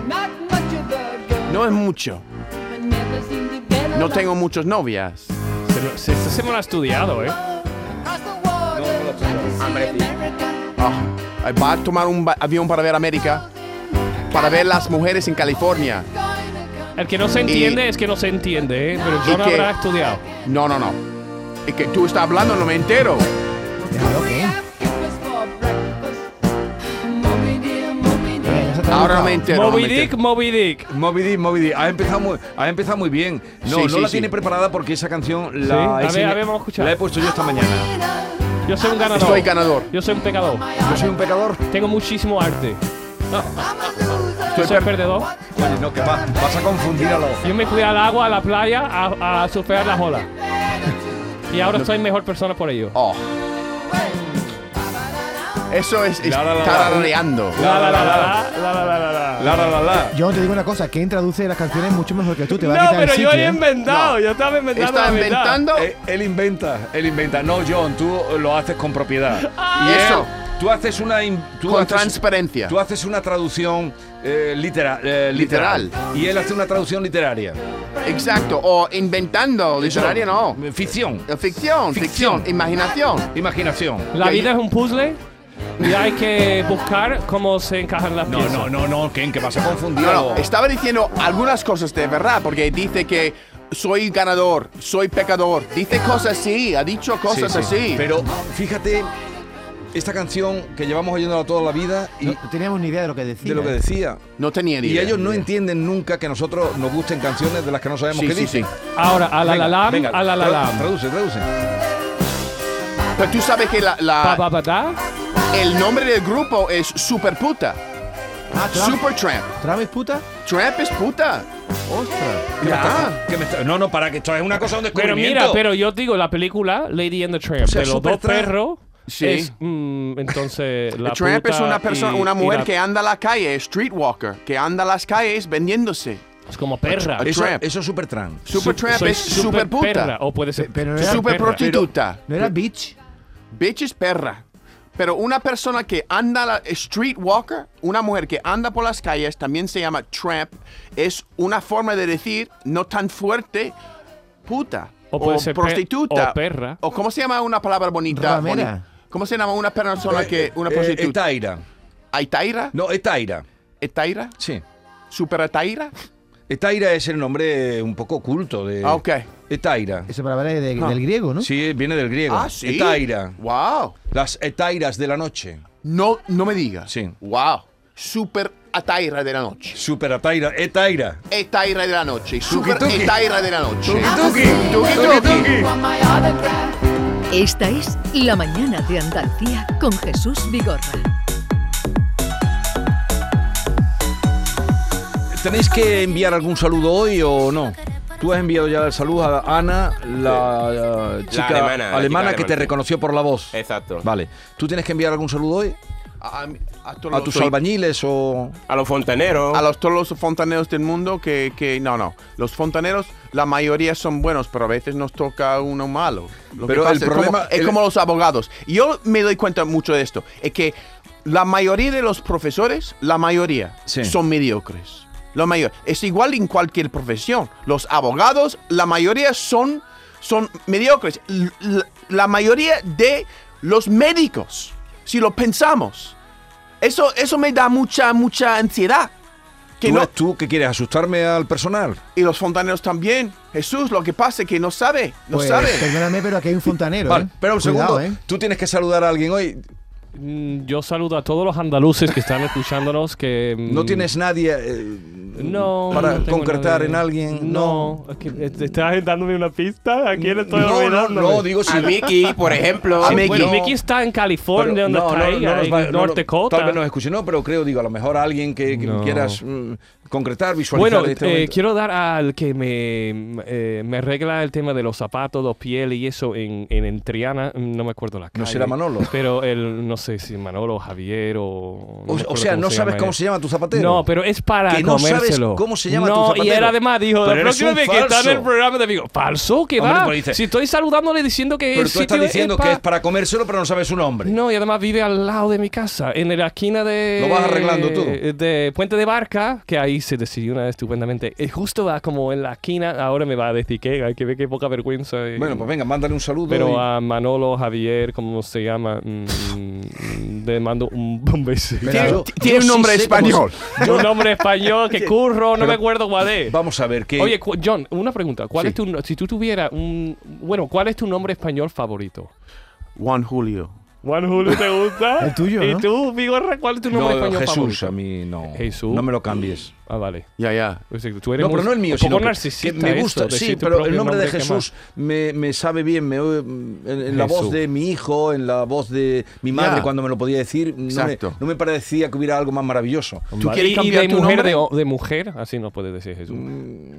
Not much of a girl.
No es mucho.
I never seem to get
No
along.
tengo muchas novias.
Se- se- esta semana ha estudiado, ¿eh?
Oh, Across the water, like to see America.
Ah, va a tomar un ba- avión para ver América, para ver las mujeres en California.
Gonna come.
El que no se entiende es que no se entiende, ¿eh? Pero
¿Y Este
John
qué?
habrá estudiado.
No, no, no. Es que tú estás hablando, no me entero.
Déjalo,
We
¿qué?
have breakfast for breakfast. Mommy dear, mommy dear.
Esa está
Ahora no
muy
me
guapa.
entero. no me
Moby
entero.
Dick, Moby Dick.
Moby Dick, Moby Dick. Has empezado muy, has empezado muy bien. No,
Sí,
no
sí,
la
sí.
tiene preparada porque esa canción
Sí, a
la, he
ver,
enseña-
a ver, vamos a escuchar.
la he puesto yo esta mañana.
Yo soy un ganador.
Soy ganador.
Yo soy un pecador.
Yo soy un pecador.
Tengo muchísimo arte.
I'm a loser.
Yo soy perdedor.
Oye, no, que va, vas a confundir a los...
Yo me fui al agua, a la playa, a, a surfear las olas. Y ahora soy mejor persona por ello.
Oh. Eso es, es
La, la, la, la.
tarareando.
La, la, la, la,
la, la, la, la, la.
La, la, la, la.
Yo te digo una cosa, que traduce las canciones mucho mejor que tú, te va a
No,
quitar
pero
el
yo
sitio,
he
¿eh?
inventado, yo estaba inventando.
Está
la mitad.
inventando.
Eh, él inventa, él inventa. No, John, tú lo haces con propiedad.
Y Ah. eso.
Tú haces una. in- Tú
Con
haces-
transparencia.
Tú haces una traducción eh, litera- eh, literal,
Literal.
Y él hace una traducción literaria.
Exacto. O inventando. Literaria no. Eh.
Ficción.
Ficción, ficción, imaginación.
Imaginación.
La vida es un puzzle y hay que buscar cómo se encajan las
No,
piezas.
no, no, no, Ken, que vas a confundir.
No, no, estaba diciendo algunas cosas de verdad, porque dice que soy ganador, soy pecador. Dice cosas así, ha dicho
Sí,
cosas
sí.
así.
Pero fíjate, esta canción que llevamos oyéndola toda la vida y
No, no teníamos ni idea de lo que decía. ¿eh?
de lo que decía.
no tenía ni
Y
idea.
ellos no entienden nunca que a nosotros nos gusten canciones de las que no sabemos
Sí,
qué
sí,
dicen.
sí.
Ahora, a la la
Venga,
lam,
venga,
a la la
tra-
lam.
Traduce, traduce.
Pero tú sabes que la- la-
Pa, pa, pa, da.
el nombre del grupo es Superputa.
Ah, Trump.
Super Tramp.
¿Trump es puta?
Tramp es puta.
¡Ostras!
¿Qué me
Ya.
estás- qué me estás- no, no, para que esto es una cosa de un
Pero
descubrimiento.
mira, pero yo digo, la película Lady and the Tramp,
sea,
de los dos
Supertramp-
perros,
Sí.
es, mm,
[LAUGHS]
entonces, la
Tramp es
puta
una persona,
y-
una
y
mujer
la-
que anda a la calle, streetwalker, que anda a las calles vendiéndose.
Es como perra.
a-
Eso,
Tramp.
eso es super trans.
Super Tramp
Soy
es super puta.
perra, o puede ser
Pero no era,
Super
perra.
prostituta.
no era bitch.
Bitch es perra. Pero una persona que anda, a la street walker, una mujer que anda por las calles, también se llama tramp, es una forma de decir, no tan fuerte, puta.
O puede ser per-
prostituta.
o perra.
O cómo se llama una palabra bonita.
Ramera.
Boni- ¿Cómo se llama una persona que, una
Eh,
prostituta?
Etaira.
¿Aitaira?
No, Etaira.
¿Etaira?
Sí.
¿Super Ataira?
Etaira es el nombre un poco oculto de.
Ah, ok.
Etaira.
Esa palabra es de- del griego, ¿no?
Sí, viene del griego.
Ah, sí.
Etaira.
Wow.
Las etairas de la noche.
No, no me digas.
Sí.
Wow. Super Ataira de la noche.
Super Etaira. Etaira.
Etaira de la noche. Super
tuki.
Etaira de la noche.
Tuki,
tuki.
Want my autograph.
Esta es La Mañana de Andalucía con Jesús Vigorra.
¿Tenéis que enviar algún saludo hoy o no? Tú has enviado ya el saludo a Ana, la eh, chica
alemana, la chica alemana.
que te reconoció por la voz.
Exacto.
Vale. ¿Tú tienes que enviar algún saludo hoy?
A, a todos
¿A
los-
tus albañiles o.?
A los fontaneros.
a los, todos los fontaneros del mundo que, que- No, no. Los fontaneros, la mayoría son buenos, pero a veces nos toca uno malo. Lo que
Pero
pasa
el
es como-
problema-
Es
el-
como los abogados. Yo me doy cuenta mucho de esto. Es que la mayoría de los profesores, la mayoría,
Sí.
son mediocres. La mayor, es igual en cualquier profesión. Los abogados, la mayoría son, son mediocres. L- l- la mayoría de los médicos, si lo pensamos. Eso, eso me da mucha, mucha ansiedad. Que
¿Tú,
no,
¿Tú que quieres asustarme al personal?
y los fontaneros también. Jesús, lo que pasa es que no sabe, no
Pues,
sabe.
Perdóname, pero aquí hay un fontanero.
Vale,
¿eh?
pero un
Cuidado,
segundo.
¿eh?
Tú tienes que saludar a alguien hoy.
Mm, Yo saludo a todos los andaluces que están escuchándonos que... mm,
¿No tienes nadie eh,
No,
para
no tengo
concretar
nadie.
en alguien?
No, es que, eh, estás dándome una pista. ¿A quién estoy
No, no,
olvidando?
no, digo
A
si
Ah. Mickey, por ejemplo.
Sí,
Bueno,
no.
Mickey está en
pero
California, donde
no,
está
no,
ahí,
no nos
ahí,
va- no,
North
no,
Dakota.
Tal vez nos escuche, no, pero creo, digo, a lo mejor alguien que, que
No.
quieras mm, concretar, visualizar
Bueno,
en este
eh,
momento.
quiero dar al que me, eh, me arregla el tema de los zapatos, los piel y eso en, en, en Triana. mm, No me acuerdo la calle.
¿No será Manolo?
[LAUGHS] Pero el, no sé si Manolo, Javier o...
O,
me
o
acuerdo
sea, no sabes
llama
cómo
él.
se llama tu zapatero.
No, pero es para
Que no sabes
comérselo.
cómo se llama tu
No, y
zapatero.
él además dijo,
Pero
la
eres
próxima
un
vez que está en el
falso.
programa te digo, falso, que
Hombre,
va.
pues dice-
si estoy saludándole diciendo que
Pero
el
tú
sitio
estás diciendo
es pa-
que es para comérselo, pero no sabes su nombre.
No, y además vive al lado de mi casa, en la esquina de...
Lo vas arreglando tú.
De Puente de Barca, que ahí se decidió una estupendamente. Eh, Justo va como en la esquina, ahora me va a decir que hay que ver qué poca vergüenza. y-
Bueno, pues venga, mándale un saludo. y-
Pero a Manolo, Javier, como se llama, mm, le mando un, un beso.
Yo-
Ti- tiene
yo
un
sí
nombre
sé cómo
español.
se-
[LAUGHS] un nombre español que curro, no me acuerdo cuál es.
Vamos a ver qué.
Oye, cu- John, una pregunta. ¿Cuál es tu, no- si tú tuvieras un, bueno, ¿cuál es tu nombre español favorito?
Juan Julio.
Juan Julio, ¿te gusta?
[LAUGHS]
El tuyo,
¿Y
¿no?
tú, Vigorra, cuál es tu nombre
No,
español
Jesús,
favorito?
a mí no.
Jesús.
No me lo cambies.
Ah, vale.
Ya, ya.
O sea, que tú eres
No, pero
muy-
no el mío,
un poco
sino que-
narcisista
que me
esto,
gusta,
decir
sí,
tu
pero el
propio
nombre de
que más.
Jesús me, me sabe bien, me- eh, en, en la voz
Jesús.
de mi hijo, en la voz de mi madre
Ya.
cuando me lo podía decir, no me,
Exacto.
no me parecía que hubiera algo más maravilloso.
¿Tú quieres
Y- y
cambiar
de
tu
mujer,
nombre?
de, o- de mujer, así no puede decir Jesús.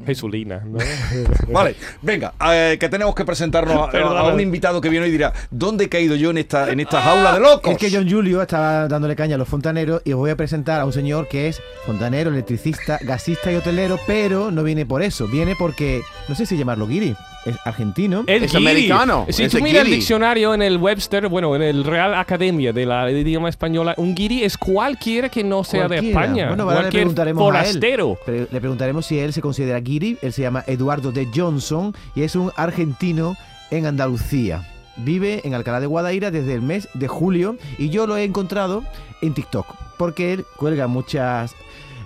Jesulina, ¿no? pues.
Vale, venga, eh, que tenemos que presentarnos a,
Perdona.
a un invitado que viene y dirá, ¿dónde he caído yo en esta, en esta jaula de locos?
Es que John Julio estaba dándole caña a los fontaneros y os voy a presentar a un señor que es fontanero, electricista, gasista y hotelero, pero no viene por eso, viene porque, no sé si llamarlo guiri, es argentino.
Eh.
El
Es
guiri.
americano,
Si
es
tú
el
miras el
guiri.
diccionario en el Webster, bueno, en el Real Academia de la de idioma española, un guiri es cualquiera que no sea de
Cualquiera.
España.
Bueno, ahora le
cualquier
preguntaremos
forastero.
a él. Pre- Le preguntaremos si él se considera guiri. Él se llama Eduardo de Johnson y es un argentino en Andalucía. Vive en Alcalá de Guadaira desde el mes de julio y yo lo he encontrado en TikTok porque él cuelga muchas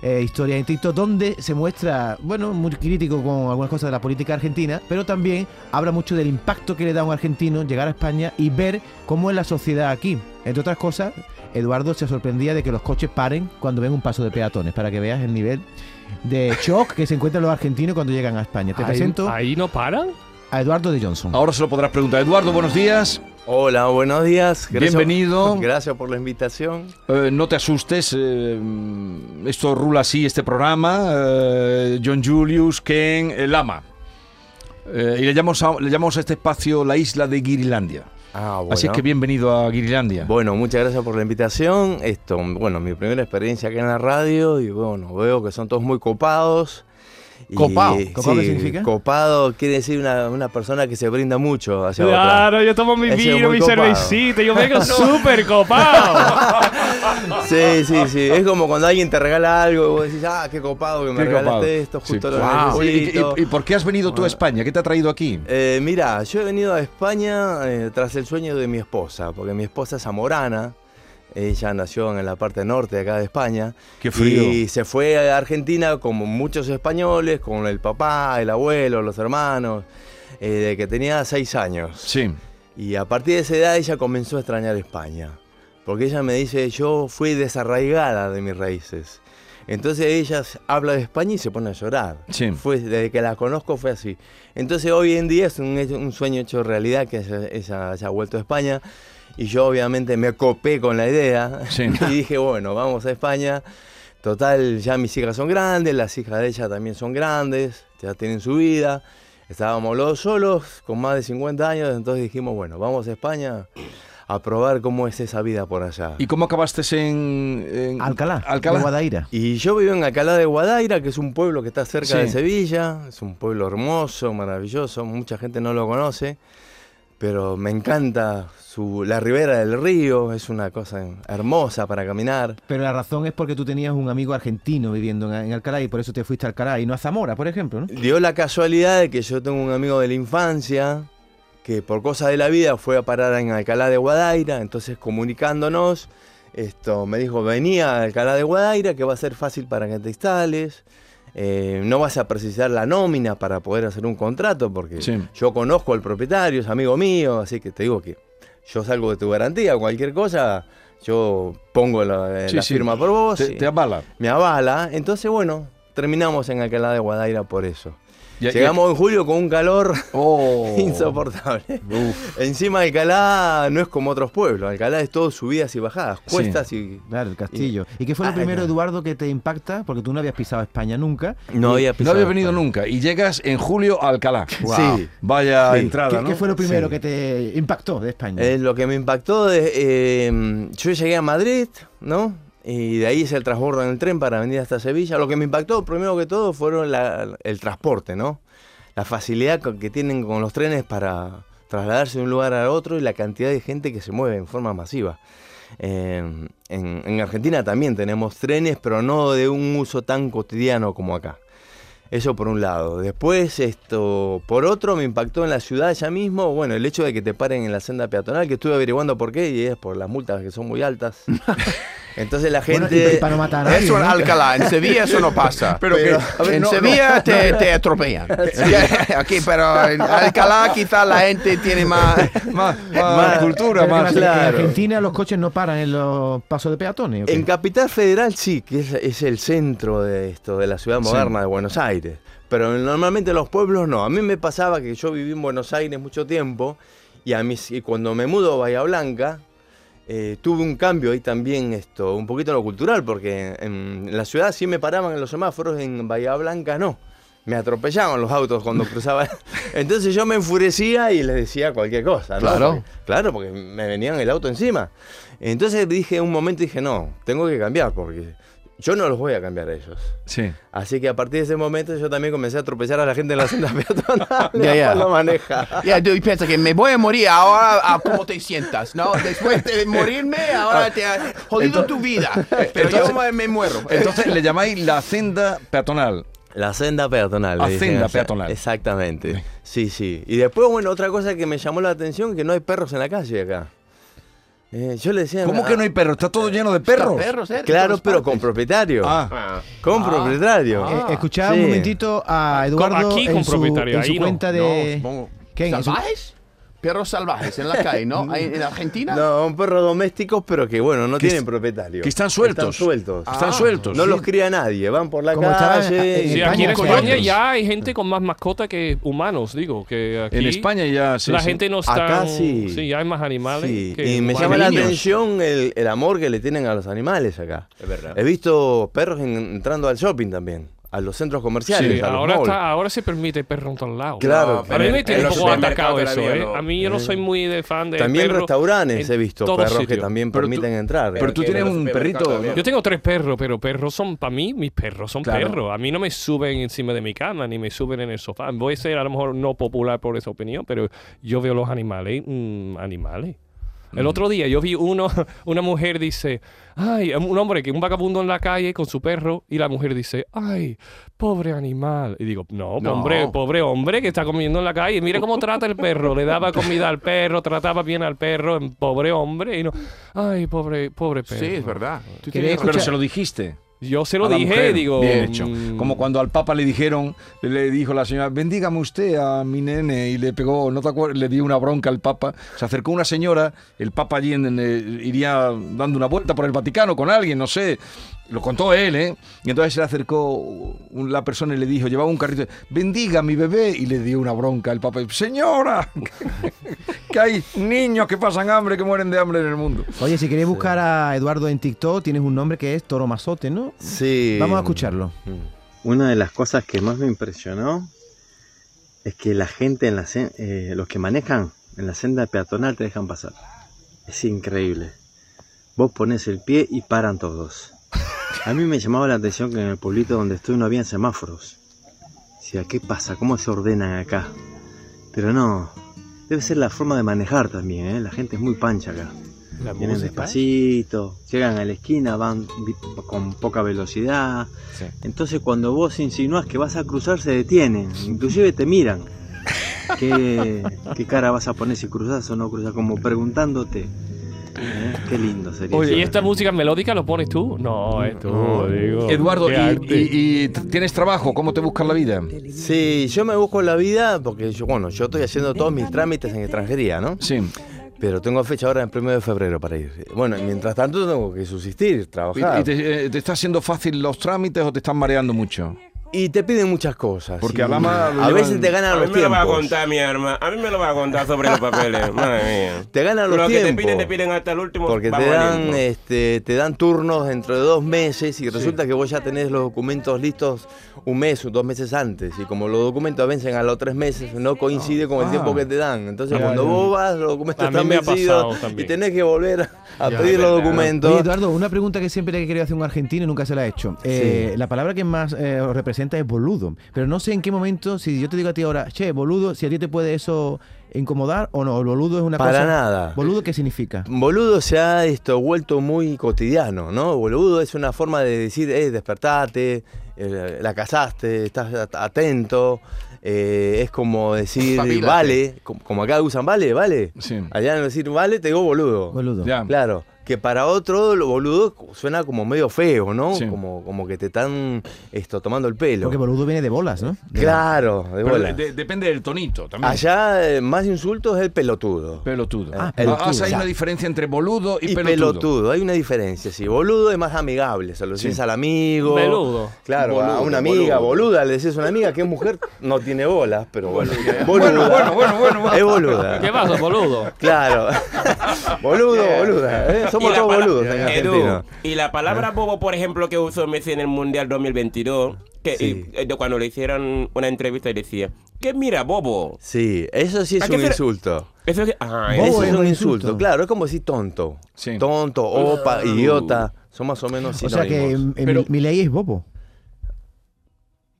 eh, historias en TikTok donde se muestra, bueno, muy crítico con algunas cosas de la política argentina, pero también habla mucho del impacto que le da a un argentino llegar a España y ver cómo es la sociedad aquí. Entre otras cosas, Eduardo se sorprendía de que los coches paren cuando ven un paso de peatones, para que veas el nivel de shock que se encuentran los argentinos cuando llegan a España. Te
Ahí-
presento
Ahí no paran.
a Eduardo de Johnson.
Ahora se lo podrás preguntar. Eduardo, buenos días.
Hola, buenos días.
Bienvenido.
Gracias por la invitación.
Eh, no te asustes, eh, esto rula así este programa. eh, John Julius, Ken, eh, Lama. Eh, y le llamamos, a, le llamamos a este espacio la isla de Guirilandia.
Ah, bueno.
Así es que bienvenido a Guirilandia.
Bueno, muchas gracias por la invitación. Esto, bueno, mi primera experiencia acá en la radio y bueno, veo que son todos muy copados. Y-
Copado.
¿Copado qué
sí,
significa?
Copado quiere decir una, una persona que se brinda mucho hacia
Claro, yo tomo mi
Ese es
vino,
muy
mi
copado.
cervecita, yo vengo súper copado.
otra. Sí, sí, sí. Es como cuando alguien te regala algo y vos decís, ah, qué copado que me
Qué
regalaste
copado.
esto,
Sí.
justo lo
Wow. Oye, ¿y-
necesito.
y, y por qué has venido tú a España? ¿Qué te ha traído aquí?
Eh, mira, yo he venido a España eh, tras el sueño de mi esposa, porque mi esposa es zamorana. Ella nació en la parte norte de acá de España.
Qué frío.
Y se fue a Argentina como muchos españoles, con el papá, el abuelo, los hermanos, eh, de que tenía seis años.
Sí.
Y a partir de esa edad ella comenzó a extrañar España. Porque ella me dice, yo fui desarraigada de mis raíces. Entonces ella s- habla de España y se pone a llorar.
Sí.
Fue, desde que la conozco fue así. Entonces hoy en día es un, hecho- un sueño hecho realidad que ella, ella haya vuelto a España. Y yo obviamente me copé con la idea
Sí.
[LAUGHS] y dije, bueno, vamos a España. Total, ya mis hijas son grandes, las hijas de ella también son grandes, ya tienen su vida. Estábamos los solos, con más de 50 años, entonces dijimos, bueno, vamos a España a probar cómo es esa vida por allá.
¿Y cómo acabaste en, en-
Alcalá,
Alcalá?
de Guadaira.
Y yo vivo en Alcalá de Guadaira, que es un pueblo que está cerca
Sí.
de Sevilla, es un pueblo hermoso, maravilloso, mucha gente no lo conoce, pero me encanta su, la ribera del río, es una cosa hermosa para caminar.
Pero la razón es porque tú tenías un amigo argentino viviendo en, en Alcalá y por eso te fuiste a Alcalá y no a Zamora, por ejemplo, ¿no?
Dio la casualidad de que yo tengo un amigo de la infancia que por cosas de la vida fue a parar en Alcalá de Guadaira, entonces comunicándonos, esto me dijo, venía a Alcalá de Guadaira, que va a ser fácil para que te instales, eh, no vas a precisar la nómina para poder hacer un contrato, porque
Sí.
yo conozco al propietario, es amigo mío, así que te digo que yo salgo de tu garantía, cualquier cosa, yo pongo la,
Sí,
la
sí.
firma por vos,
Te,
y
te avala.
me avala, entonces bueno, terminamos en Alcalá de Guadaira por eso.
Ya- ya-
Llegamos en julio con un calor
[LAUGHS] Oh.
insoportable.
Uf.
Encima Alcalá no es como otros pueblos. Alcalá es todo subidas y bajadas,
Sí.
cuestas y...
Claro, el castillo. ¿Y qué fue lo
Ah,
primero,
claro.
Eduardo, que te impacta? Porque tú no habías pisado España nunca.
No había
No
pisado
había venido
España.
nunca. Y llegas en julio a Alcalá.
Sí.
Vaya
Sí.
entrada,
¿Qué,
¿no?
qué fue lo primero
Sí.
que te impactó de España?
Eh, lo que me impactó es... eh, yo llegué a Madrid, ¿no? Y de ahí hice el transbordo en el tren para venir hasta Sevilla. Lo que me impactó, primero que todo, fueron la- el transporte, ¿no? La facilidad con- que tienen con los trenes para trasladarse de un lugar a otro y la cantidad de gente que se mueve en forma masiva. Eh, en, en Argentina también tenemos trenes, pero no de un uso tan cotidiano como acá. Eso por un lado. Después, esto, por otro, me impactó en la ciudad ya mismo, bueno,
[LAUGHS]
el hecho de que te paren en la senda peatonal, que estuve averiguando por qué, y es por las multas que son muy altas. Entonces la
Bueno,
gente...
y, y para no matar a nadie,
Eso en
¿no?
Alcalá, en Sevilla eso no pasa.
Pero que- a ver,
en
no,
Sevilla te, te atropellan. [LAUGHS] Aquí, pero en Alcalá quizá la gente tiene más...
Más, más
Más-
cultura,
Pero que
más.
en Arge- En
claro.
Argentina los coches no paran en los pasos de peatones. ¿o qué?
En Capital Federal sí, que es, es el centro de esto, de la ciudad moderna de Buenos Aires. Pero normalmente los pueblos no. A mí me pasaba que yo viví en Buenos Aires mucho tiempo y, a mis, y cuando me mudo a Bahía Blanca eh, tuve un cambio ahí también, esto, un poquito en lo cultural, porque en, en la ciudad sí me paraban en los semáforos, en Bahía Blanca no. Me atropellaban los autos cuando cruzaba. [LAUGHS] Entonces yo me enfurecía y les decía cualquier cosa. ¿no?
Claro.
Porque- claro, porque me venían el auto encima. Entonces dije, un momento dije, no, tengo que cambiar porque yo no los voy a cambiar a ellos.
Sí.
Así que a partir de ese momento yo también comencé a tropezar a la gente en la senda [LAUGHS] peatonal.
Ya, ya.
lo maneja.
Ya, tú piensas que me voy a morir ahora a cómo te sientas, ¿no? Después de morirme, ahora te ha jodido tu vida. Pero yo me- me muero.
eh, Entonces eh, le llamáis la senda peatonal.
La senda peatonal. le
Ah,
dicen
senda
allá.
peatonal.
Exactamente. Sí, sí. Y después, bueno, otra cosa que me llamó la atención, que no hay perros en la calle acá. Eh, yo le decía...
¿Cómo que no hay perro? Está todo lleno de perros.
Perros, ¿eh?
Claro, pero con propietario.
Ah,
Con propietario.
Eh, escuchad
Ah, Sí.
un momentito a Eduardo
aquí
en
con
su,
propietario,
en su
ahí no.
cuenta de...
supongo.
¿Qué? En su-
¿Salvajes? Perros salvajes en la calle, ¿no? Ahí ¿En Argentina?
No, un perro doméstico, pero que bueno, no
Que
tienen
est-
propietario.
que están sueltos.
Están
Ah.
sueltos.
Están sueltos.
Ah. No los cría nadie, van por la
Como estaba en-
calle.
en
Sí,
y-
aquí en
España,
España
coyotes.
ya hay gente con más mascota que humanos, digo. Que aquí
En España ya sí,
la
sí.
gente no está.
Acá sí.
ya hay más animales.
Sí,
que
y me
humanos.
llama la
niños.
atención el, el amor que le tienen a los animales acá.
Es verdad.
He visto perros en- entrando al shopping también, a los centros comerciales,
Sí,
a los
ahora,
malls.
está- ahora se permite el perro en todos lados.
Claro,
A mí
pero
me
en
tiene un
los
poco atacado
supermercados
eso, ¿eh?
todavía no.
A mí yo no soy muy de fan de
también
perro
restaurantes
en
he visto
todos
perros que
sitios.
también
Pero tú-
permiten entrar.
Pero tú
que
tienes
en los
un perrito.
supermercados
¿no?
había-
Yo tengo tres perros, pero perros son, para mí, mis perros son
Claro.
perros. A mí no me suben encima de mi cama, ni me suben en el sofá. Voy a ser a lo mejor no popular por esa opinión, pero yo veo los animales, mm, animales.
Mm.
El otro día yo vi uno, [LAUGHS] una mujer dice, ay, un hombre que un vagabundo en la calle con su perro y la mujer dice, ay, pobre animal. Y digo, no,
No.
Pobre, pobre hombre que está comiendo en la calle, mira cómo trata el perro, le daba comida al perro, trataba bien al perro, pobre hombre y no, ay, pobre, pobre perro.
Sí, es verdad. Tú
Quería
tienes-
Pero se lo dijiste.
Yo se lo
a la
dije,
mujer.
digo.
Bien hecho.
mm,
Como cuando al Papa le dijeron, le dijo la señora, bendígame usted a mi nene, y le pegó, no te acuerdas, le dio una bronca al Papa. Se acercó una señora, el Papa allí en- en, eh, iría dando una vuelta por el Vaticano con alguien, no sé. Lo contó él, ¿eh? Y entonces se le acercó un- la persona y le dijo, llevaba un carrito, bendiga a mi bebé, y le dio una bronca al Papa. Señora, [LAUGHS] que hay niños que pasan hambre, que mueren de hambre en el mundo.
Oye, si queréis buscar a Eduardo en TikTok, tienes un nombre que es Toro Mazote, ¿no?
Sí. Mm.
Vamos a escucharlo.
Una de las cosas que más me impresionó es que la gente, en la, sen- eh, los que manejan en la senda peatonal te dejan pasar. Es increíble. Vos pones el pie y paran todos. A mí me llamaba la atención que en el pueblito donde estoy no habían semáforos. Decía, ¿qué pasa? ¿Cómo se ordenan acá? Pero no, debe ser la forma de manejar también, ¿eh? La gente es muy pancha acá.
la
Vienen
música.
despacito, llegan a la esquina, van vi- con poca velocidad. Entonces cuando vos insinúas que vas a cruzar se detienen, inclusive te miran. ¿Qué, qué cara vas a poner si cruzas o no cruzas? Como preguntándote. ¿Eh? Qué lindo sería.
Oye,
eso
¿y esta
también.
música melódica lo pones tú? No, esto, digo.
Eduardo,
qué
y-
arte.
y- y t- tienes trabajo? ¿Cómo te buscas la vida?
Sí, yo me busco la vida porque yo, bueno, yo estoy haciendo todos mis trámites en extranjería, ¿no?
Sí.
Pero tengo fecha ahora el 1 de febrero para ir. Bueno, mientras tanto tengo que subsistir,
¿Y-
trabajar.
y te, eh, te está haciendo fácil los trámites o te están mareando mucho?
Y te piden muchas cosas.
Porque
y
a Lama lo
a veces
llevan-
te ganan
A mí
los
me lo va a
tiempos.
contar mi hermano. A mí me lo va a contar sobre los
[LAUGHS]
papeles. Madre mía.
Te ganan los
Lo que te
tiempos.
piden, te piden hasta el último.
Porque te
vamos al
dan,
ritmo.
este, te dan turnos dentro de dos meses y resulta que vos ya tenés los documentos listos un mes o dos meses antes. Y como los documentos vencen a los tres meses, no coincide con el
Ah.
tiempo que te dan. Entonces
Ya,
cuando
ya.
vos vas, los documentos
A mí
están
me ha pasado
vencidos y
también.
tenés que volver a, a
Ya,
pedir los
verdad.
Oye,
documentos.
Eduardo, una pregunta que siempre le he querido hacer a un argentino y nunca se la he hecho. Eh, La palabra que más eh, os representa es boludo. Pero no sé en qué momento, si yo te digo a ti ahora, che, boludo, si a ti te puede eso incomodar o no. El boludo es una
Para
cosa.
nada.
¿Boludo qué significa?
Boludo se ha esto, vuelto muy cotidiano, ¿no? Boludo es una forma de decir, eh, despertate, eh, la casaste, estás at- atento. eh, es como decir,
Espabilate.
vale, com- como acá usan, vale, vale.
Sí.
Allá no decir, vale, te digo boludo.
Boludo.
Ya.
Claro. que para otro, lo boludo, suena como medio feo, ¿no?
Sí.
Como, como que te están esto, tomando el pelo.
Porque boludo viene de bolas, ¿no? De-
Claro, de
Pero
bola.
de- depende del tonito también.
Allá eh, más insultos es el pelotudo.
Pelotudo.
Eh,
Ah,
el
ah, o sea, hay
tuyo.
una diferencia entre boludo y,
Y pelotudo. hay una diferencia, sí. Boludo es más amigable, se lo decís al amigo.
Peludo.
Claro, a
Boludo,
una amiga,
boludo.
boluda, le decís a una amiga que es mujer, no tiene bolas, pero bueno. Boluda.
Bueno, bueno, bueno, bueno, bueno.
Es boluda.
¿Qué pasa,
[LAUGHS]
boludo?
Claro. boludo, boluda. ¿eh? Somos
Y la
todos
pala-
boludos en
Edu,
Argentina. Ah.
y la palabra bobo, por ejemplo, que usó Messi en el Mundial 2022, que
Sí.
y- eh, de cuando le hicieron una entrevista y decía, ¿qué mira, bobo?
Sí, eso sí
¿A
es
qué
un
se-
insulto.
Eso Oh, es, ajá, eso-
Bobo
eso es
es
un
un
insulto.
insulto.
claro, es como decir tonto.
Sí. Uh.
Tonto, opa, idiota. Son más o menos
O sea
sinónimos.
que mm, eh,
Pero-
mi ley es bobo.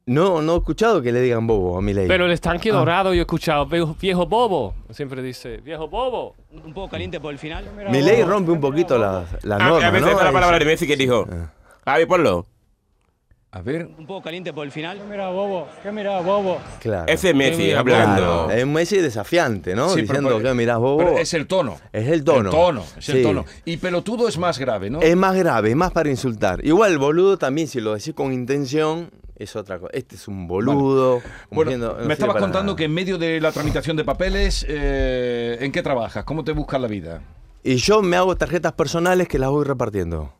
No, no he escuchado que le digan bobo a mi ley.
Pero el estanque
Ah.
dorado yo he escuchado, viejo, viejo bobo. Siempre dice, viejo bobo.
Un poco caliente por el final.
Milei rompe un poquito las las
Ah,
a,
normas,
a veces
¿no? Ah.
está Ah, la palabra de Messi que dijo, Javi, ponlo.
A ver,
Un poco caliente por el final.
Claro.
Ese es Messi
mira,
hablando.
Claro, Es un Messi desafiante, ¿no?
Sí, pero
Diciendo
por-
que mirás bobo.
pero es el tono.
Oh. Es el
El
tono.
tono, es el
Sí.
tono. Y pelotudo es más grave, ¿no?
Es más grave, es más para insultar. Igual, boludo también, si lo decís con intención, es otra cosa. Este es un boludo. como
Bueno,
diciendo, no
me
sirve
estabas
para
contando
nada.
que en medio de la tramitación de papeles, eh, ¿en qué trabajas? ¿Cómo te buscas la vida?
Y yo me hago tarjetas personales que las voy repartiendo.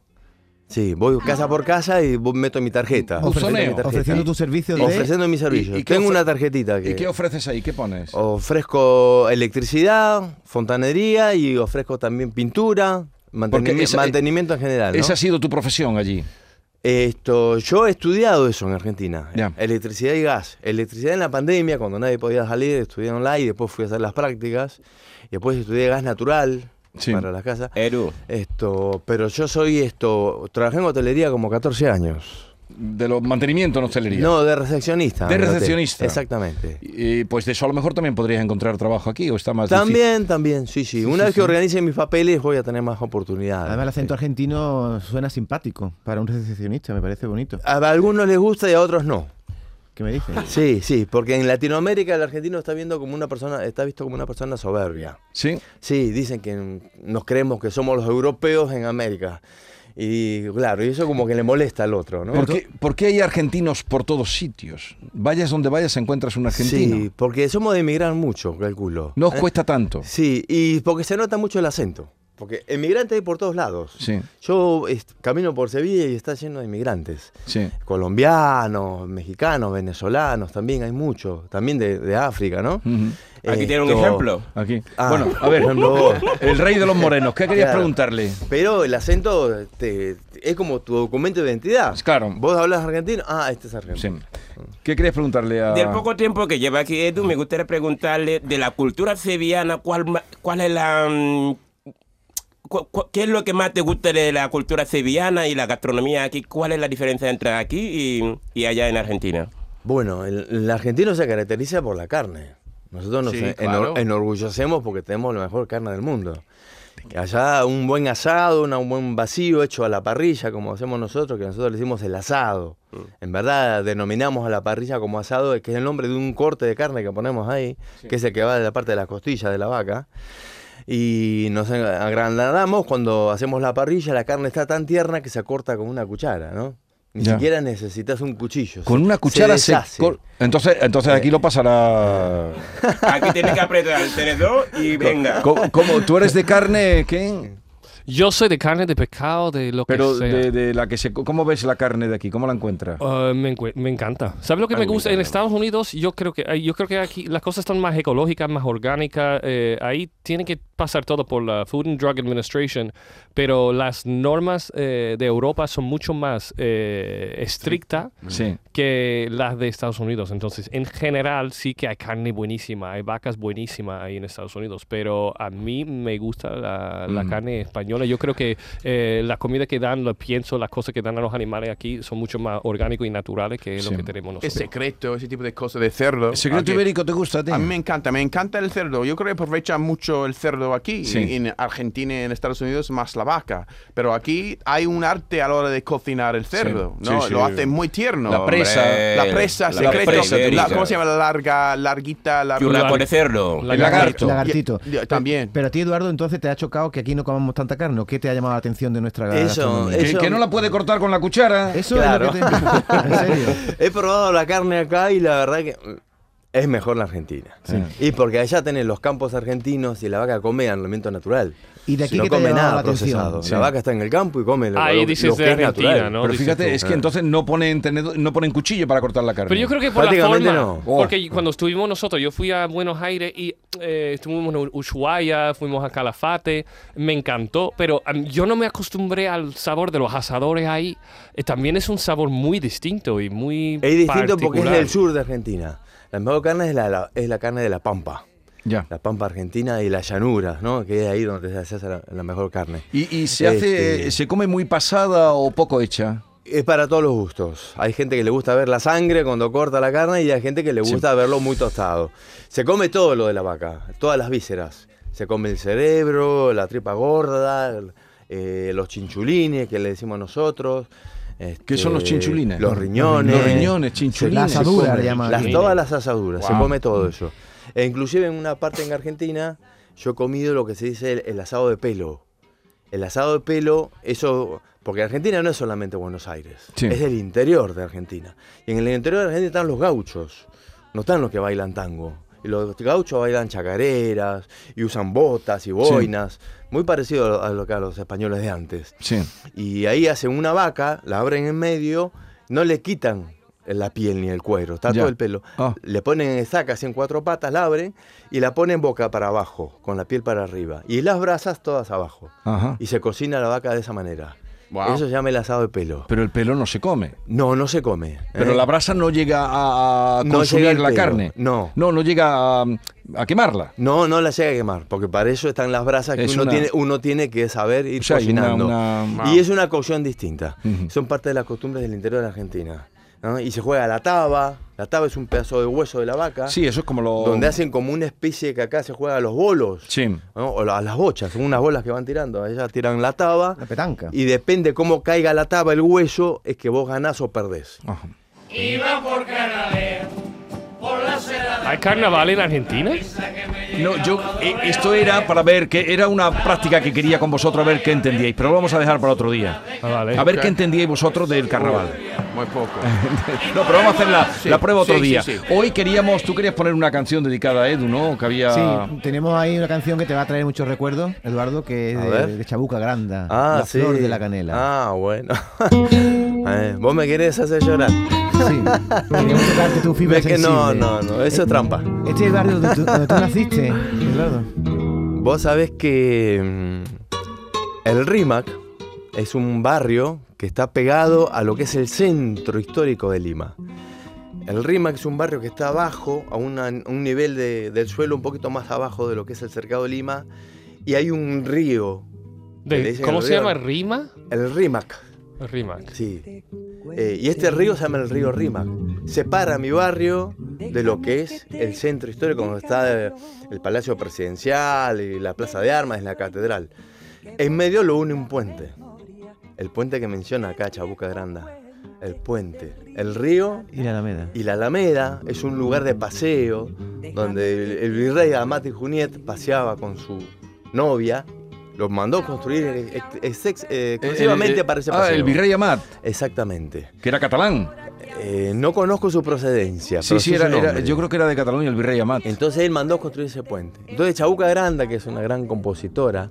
Sí, voy casa por casa y bu- meto mi tarjeta.
Buzoneo.
Meto mi tarjeta.
Ofreciendo tu servicio de.
Ofreciendo mis servicios.
¿Y- y qué
Tengo
ofre-
una tarjetita que...
¿Y qué ofreces ahí? ¿Qué pones?
Oh, Ofrezco electricidad, fontanería y ofrezco también pintura, mantenimi-
esa-
mantenimiento en general. ¿no?
Esa ha sido tu profesión allí.
Esto, yo he estudiado eso en Argentina,
Ya.
electricidad y gas. Electricidad en la pandemia, cuando nadie podía salir, estudié online, después fui a hacer las prácticas, y después estudié gas natural
Sí. Eh.
para las casas.
Edu,
Esto, pero yo soy esto, trabajé en hotelería como 14 años.
De los mantenimiento en hostelería.
No, de recepcionista.
De
en el hotel.
recepcionista.
Exactamente.
Y, pues de eso a lo mejor también podrías encontrar trabajo aquí o está más difícil.
También, también, sí, sí. Una
sí,
vez
sí.
que organice mis papeles voy a tener más oportunidades.
Además, el acento
Sí.
argentino suena simpático para un recepcionista, me parece bonito.
Eh, A algunos les gusta y a otros no.
¿Qué me dices?
Sí, sí, porque en Latinoamérica el argentino está viendo como una persona, está visto como una persona soberbia.
Sí.
Sí, dicen que nos creemos que somos los europeos en América. Y claro, y eso como que le molesta al otro, ¿no?
¿Por qué, por qué hay argentinos por todos sitios? Vayas donde vayas encuentras un argentino.
Sí, porque somos de emigrar mucho, calculo.
No os
¿Eh?
cuesta tanto.
Sí, y porque se nota mucho el acento. Porque emigrantes hay por todos lados.
Sí,
Yo est- camino por Sevilla y está lleno de inmigrantes.
sí.
Colombianos, mexicanos, venezolanos, también hay muchos. También de, de África, ¿no?
Ujú.
aquí tiene un
Eh, Esto-
ejemplo.
Aquí.
Ah,
bueno, a [LAUGHS] ver,
por ejemplo.
el rey de los morenos, ¿qué querías
[LAUGHS] Claro.
preguntarle?
Pero el acento te- es como tu documento de identidad.
Claro.
Vos hablas argentino, ah, este es argentino.
Sí. ¿Qué querías preguntarle a.?
Ah.
Del poco tiempo que lleva aquí Edu, me gustaría preguntarle de la cultura sevillana, ¿cuál, ma- cuál es la... mm, cu- cu- ¿Qué es lo que más te gusta de la cultura sevillana y la gastronomía aquí? ¿Cuál es la diferencia entre aquí y, y allá en Argentina?
Bueno, el, el argentino se caracteriza por la carne. Nosotros nos
Sí,
en-
claro.
enor- enorgullecemos porque tenemos la mejor carne del mundo. Allá un buen asado, una- un buen vacío hecho a la parrilla, como hacemos nosotros, que nosotros le decimos el asado.
Mm.
En verdad denominamos a la parrilla como asado, que es el nombre de un corte de carne que ponemos ahí, que es el que va de la parte de las costillas de la vaca. Y nos en- agrandamos cuando hacemos la parrilla, la carne está tan tierna que se corta con una cuchara, ¿no? Ni
Ya.
siquiera necesitas un cuchillo.
Con
se-
una cuchara se.
deshace.
cor- entonces, entonces aquí lo pasará.
Aquí tienes que apretar el tenedor y venga.
¿Cómo, cómo? tú eres de carne? ¿Qué?
Yo soy de carne, de pescado, de lo
Pero
que sea.
de, de la que se. ¿Cómo ves la carne de aquí? ¿Cómo la encuentras?
Ah, me, encue- me encanta. ¿Sabes lo que
A
me
mí me
gusta? En
encanta.
Estados Unidos, yo creo que eh, yo creo que aquí las cosas están más ecológicas, más orgánicas. eh, ahí tiene que pasar todo por la Food and Drug Administration, pero las normas eh, de Europa son mucho más eh, estrictas
Sí.
que las de Estados Unidos. Entonces, en general, sí que hay carne buenísima, hay vacas buenísimas ahí en Estados Unidos, pero a mí me gusta la, la
Mm.
carne española. Yo creo que eh, la comida que dan, los pienso, las cosas que dan a los animales aquí son mucho más orgánicos y naturales que
Sí.
lo que tenemos
Es
nosotros.
secreto, ese tipo de cosas de cerdo.
¿El secreto
Aunque-
ibérico te gusta a ti?
A mí me encanta, me encanta el cerdo. Yo creo que aprovechan mucho el cerdo aquí.
Sí.
En en Argentina y en Estados Unidos más la vaca. Pero aquí hay un arte a la hora de cocinar el cerdo.
Sí,
¿no?
sí,
Lo
sí.
hacen muy tierno.
La
hombre.
presa.
La presa,
Eh, La
secreto.
presa
La-
ibérica.
¿Cómo se llama la larga, larguita? La,
Churraco de cerdo.
El lagarto.
Lagartito.
Ya- ya- también.
Pero a ti, Eduardo, entonces te ha chocado que aquí no comamos tanta destacar? ¿No? ¿Qué te ha llamado la atención de nuestra
Eso,
gastronomía?
eso- Que- que no la
puede cortar con la cuchara.
Eso es lo que te... [LAUGHS] ¿En serio?
He probado la carne acá y la verdad que mm, es mejor la Argentina.
Sí.
Y porque allá tenés los campos argentinos y la vaca come alimento natural.
¿Y de aquí
Si no
qué te ha
come
llamado
nada
la atención?
procesado.
Sí.
La vaca está en el campo y come lo,
Ahí
lo-
dices
lo que
de
es natural.
Argentina, ¿no?
Pero fíjate, es que entonces no ponen, tenedor- no ponen cuchillo para cortar la carne.
Pero yo creo que por la
Prácticamente
forma.
no.
Oh.
Porque cuando estuvimos nosotros, yo fui a Buenos Aires y eh, estuvimos en Ushuaia, fuimos a Calafate, me encantó, pero am, yo no me acostumbré al sabor de los asadores ahí. Eh, también es un sabor muy distinto y muy.
Es distinto porque es
particular.
del sur de Argentina. La mejor carne es la, la- es la carne de la pampa.
Ya.
La pampa argentina y las llanuras, ¿no? Que es ahí donde se hace la, la mejor carne.
Y, y se hace,
Este-
se come muy pasada o poco hecha.
Es para todos los gustos. Hay gente que le gusta ver la sangre cuando corta la carne y hay gente que le gusta verlo muy tostado. Se come todo lo de la vaca, todas las vísceras. Se come el cerebro, la tripa gorda, eh, los chinchulines que le decimos nosotros.
¿Qué son los
este,
chinchulines?
Los
Los-
riñones.
los riñones, chinchulines.
Se-
La asadura
se come.
le llaman.
Las- todas las asaduras, se
Wow.
come todo eso. E inclusive en una parte en Argentina yo he comido lo que se dice el- el asado de pelo. El asado de pelo, eso, porque Argentina no es solamente Buenos Aires,
Sí.
es del interior de Argentina. Y en el interior de Argentina están los gauchos, no están los que bailan tango. Y los gauchos bailan chacareras y usan botas y boinas, muy parecido a lo que a los españoles de antes.
Sí.
Y ahí hacen una vaca, la abren en medio, no le quitan la piel ni el cuero, está
Ya.
todo el pelo.
Ah.
Le ponen sacas en cuatro patas, la abren y la ponen boca para abajo, con la piel para arriba. Y las brasas todas abajo.
Ajá.
Y se cocina la vaca de esa manera.
Wow.
Eso se llama el asado de pelo.
Pero el pelo no se come.
No, no se come.
Pero
¿eh?
la brasa no llega a, a
No
consumir
llega al
la
pelo,
carne.
no.
No, no llega a, a quemarla.
No, no la llega a quemar, porque para eso están las brasas que
Es
uno,
una-
tiene, uno tiene que saber ir
O sea, hay una-
cocinando.
una-
Y es una cocción distinta.
Ujú.
Son parte de las costumbres del interior de la Argentina. ¿no? Y se juega la taba. La taba es un pedazo de hueso de la vaca.
Sí, eso es como lo.
Donde hacen como una especie que acá se juega a los bolos.
Sí.
¿no? O la- a las bochas, son unas bolas que van tirando. Ellas tiran la taba.
La petanca.
Y depende cómo caiga la taba, el hueso, es que vos ganás o perdés.
Ajá.
Iba por Canadá, por la seda
¿Hay carnaval en Argentina?
No, yo, eh, esto era para ver que era una práctica que quería con vosotros a ver qué entendíais, pero lo vamos a dejar para otro día.
Ah, vale.
A ver qué entendíais vosotros del carnaval.
Muy poco.
[LAUGHS] No, pero vamos a hacer la,
Sí,
la prueba otro
sí, sí,
día.
sí.
Hoy queríamos, tú querías poner una canción dedicada a Edu, ¿no? Que había. eh,
Sí, tenemos ahí una canción que te va a traer muchos recuerdos, Eduardo, que es
A
de,
ver.
de Chabuca Granda,
Ah,
La
sí.
Flor de la Canela.
Ah, bueno. [LAUGHS] Eh, vos me querés hacer llorar. [LAUGHS]
Sí. Queríamos tocarte tu fibra
Ve que no,
sensible.
no, no, eso es trampa.
Este es el barrio donde tú,
[LAUGHS]
donde tú naciste, Eduardo.
Vos sabés que mm, el RIMAC es un barrio que está pegado a lo que es el centro histórico de Lima. El RIMAC es un barrio que está abajo, a una- un nivel de- del suelo un poquito más abajo de lo que es el cercado de Lima, y hay un río.
De-
que le dicen
¿Cómo
el
se
río-
llama? ¿Rima?
El RIMAC.
Rimac.
Sí. Eh, y este río se llama el río Rimac. Separa mi barrio de lo que es el centro histórico, donde está eh, el Palacio Presidencial y la Plaza de Armas y la Catedral. En medio lo une un puente. El puente que menciona acá Chabuca Granda. El puente. El río
Y la Alameda.
y la Alameda es un lugar de paseo donde el, el virrey Amate Juniet paseaba con su novia. Los mandó construir ex- ex- ex- eh,
El- el-
exclusivamente para ese
ah,
paseo.
el virrey Amat,
Exactamente.
que era catalán.
Eh, no conozco su procedencia.
Sí,
pero
sí, era,
su
era-
nombre.
yo creo que era de Cataluña el virrey Amat.
Entonces él mandó construir ese puente. Entonces Chabuca Granda, que es una gran compositora,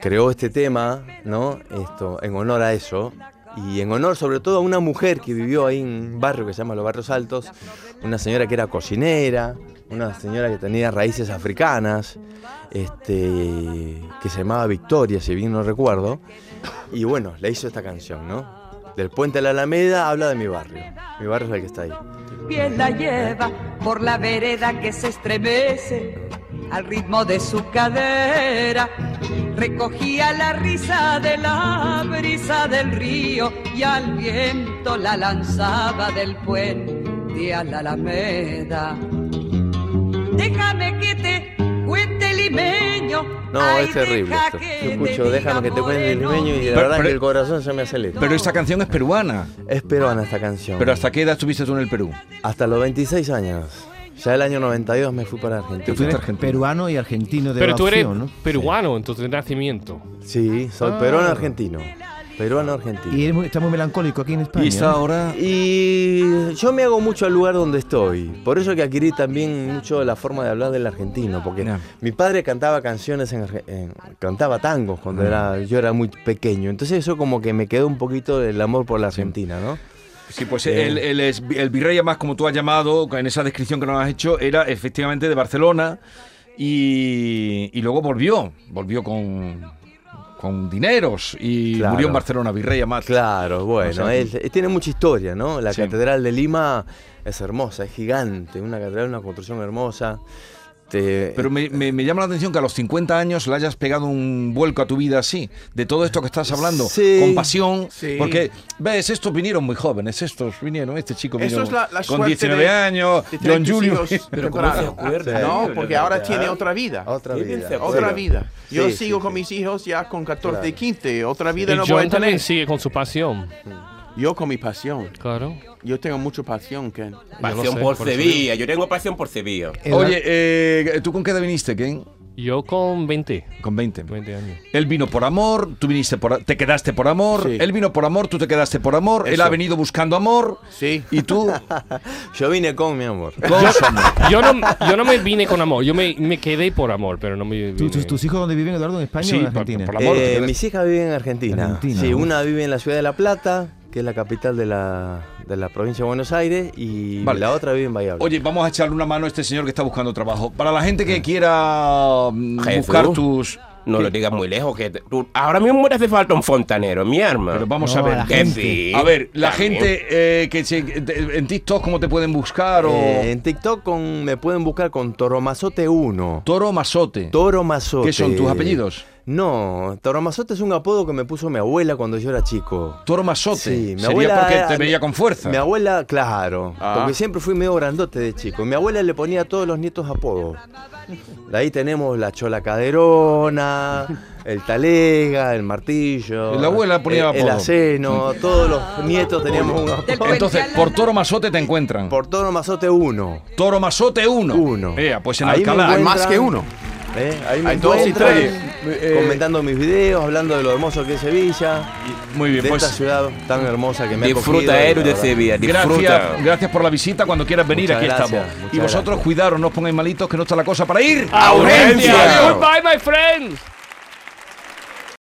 creó este tema, ¿no? Esto, en honor a eso. Y en honor sobre todo a una mujer que vivió ahí en un barrio que se llama Los Barrios Altos, una señora que era cocinera, una señora que tenía raíces africanas, este, que se llamaba Victoria, si bien no recuerdo. Y bueno, le hizo esta canción, ¿no? Del puente a la Alameda habla de mi barrio. Mi barrio es el que está ahí.
piel la lleva por la vereda que se estremece al ritmo de su cadera. Recogía la risa de la brisa del río y al viento la lanzaba del puente a la alameda. Déjame que te cuente limeño.
No,
ay,
es terrible
deja
esto.
que
Yo
te
escucho, déjame que te cuente el
moreno".
limeño y la
Pero-
verdad
pero-
que el corazón se me acelera.
Pero esta canción es peruana.
Es peruana esta canción.
¿Pero hasta qué edad estuviste tú en el Perú?
hasta los 26 años. Ya el año 92 me fui para Argentina.
Tú eres peruano y argentino de
Pero tú eres
adopción, ¿no?
peruano, entonces de nacimiento.
Sí, soy
Ah.
peruano argentino. Peruano argentino.
Y eres muy- está muy melancólico aquí en España. ¿no?
ahora? Y yo me hago mucho al lugar donde estoy. Por eso que adquirí también mucho la forma de hablar del argentino. Porque mi padre cantaba canciones, en, arge- en- cantaba tangos cuando
Mm.
era, yo era muy pequeño. Entonces eso como que me quedó un poquito el amor por la Argentina, ¿no?
Sí, pues
Eh.
el, el es- el virrey, además, como tú has llamado, en esa descripción que nos has hecho, era efectivamente de Barcelona y, y luego volvió, volvió con, con dineros y
Claro.
murió en Barcelona, virrey además.
Claro, bueno,
O sea,
él- él tiene mucha historia, ¿no? La
Sí.
Catedral de Lima es hermosa, es gigante, una catedral, una construcción hermosa. Te-
Pero me, me- me llama la atención que a los 50 años le hayas pegado un vuelco a tu vida así, de todo esto que estás hablando,
Sí.
con pasión,
Sí.
porque, ves, estos vinieron muy jóvenes, estos vinieron, este chico
Eso
vino
es la- la
con
suerte
19
de-
años,
de tener
John
tus
Julio.
hijos temprano. No, porque ahora tiene otra vida. Otra
vida.
Otra
Sí.
vida. Yo
Ah, Sí,
sigo con mis hijos ya con 14 y 15. Otra vida
Y
no voy
John
a tener.
también sigue con su pasión.
Yo con mi pasión.
Claro.
Yo tengo mucha pasión, Ken.
Pasión por, Sevilla, yo tengo pasión por Sevilla.
Oye, eh, ¿tú con qué edad viniste, Ken?
Yo con 20.
Con 20.
20 años.
Él vino por amor, tú viniste por, te quedaste por amor,
Sí.
él vino por amor, tú te quedaste por amor, él
Eso.
ha venido buscando amor.
Sí.
Y tú,
[LAUGHS] Yo vine con mi amor.
con su amor.
Yo no, yo no me vine con amor, yo me, me quedé por amor, pero no me
¿Tú-
vine.
tus, tus hijos dónde viven, Eduardo? ¿En España
Sí,
o en
por-
Argentina?
por amor,
Eh,
porque-
mis hijas viven en Argentina.
Argentina,
Sí,
uf.
una vive en la ciudad de La Plata, que es la capital de la, de la provincia de Buenos Aires, y
Vale.
la otra vive en Valladolid.
Oye, vamos a echarle una mano a este señor que está buscando trabajo. Para la gente que quiera mm,
Jesús.
buscar tus...
No lo digas muy lejos, que tú- ahora mismo te hace falta un fontanero, mi arma.
Pero vamos a ver.
Que sí,
A ver, la
también.
gente eh, que se- de- en TikTok, ¿cómo te pueden buscar? O
Eh, en TikTok con- me pueden buscar con Toromazote 1.
Toro Masote.
Toro Mazote.
¿Qué son tus apellidos?
No, Toromazote es un apodo que me puso mi abuela cuando yo era chico.
Toro Masote.
Sí, mi
Sería
abuela
porque
era-
te veía con fuerza.
Mi abuela, claro,
Ah.
porque siempre fui medio grandote de chico. Mi abuela le ponía a todos los nietos apodos. De ahí tenemos la chola caderona, el talega, el martillo.
La abuela ponía
el, el
apodo.
aceno, todos los nietos teníamos un apodo.
Entonces, por Toro Masote te encuentran.
Por Toro Mazote 1.
Toro Masote 1.
Uno.
Ea, pues en
Ahí me
Alcalá.
encuentran-
Más que uno.
¿eh? Ahí me
Hay dos y
encuentran,
tres.
eh, comentando mis videos, hablando de lo hermoso que es Sevilla,
Muy bien,
de
pues.
esta ciudad tan hermosa que me ha cogido.
Disfruta,
y
Eru
la
de
verdad.
Sevilla, disfruta.
Gracias, gracias por la visita. Cuando quieras venir,
Muchas
aquí
gracias,
estamos.
muchas
Y vosotros,
gracias.
cuidaros, no os pongáis malitos, que no está la cosa para ir.
¡A
urgencia!
Goodbye, my friends.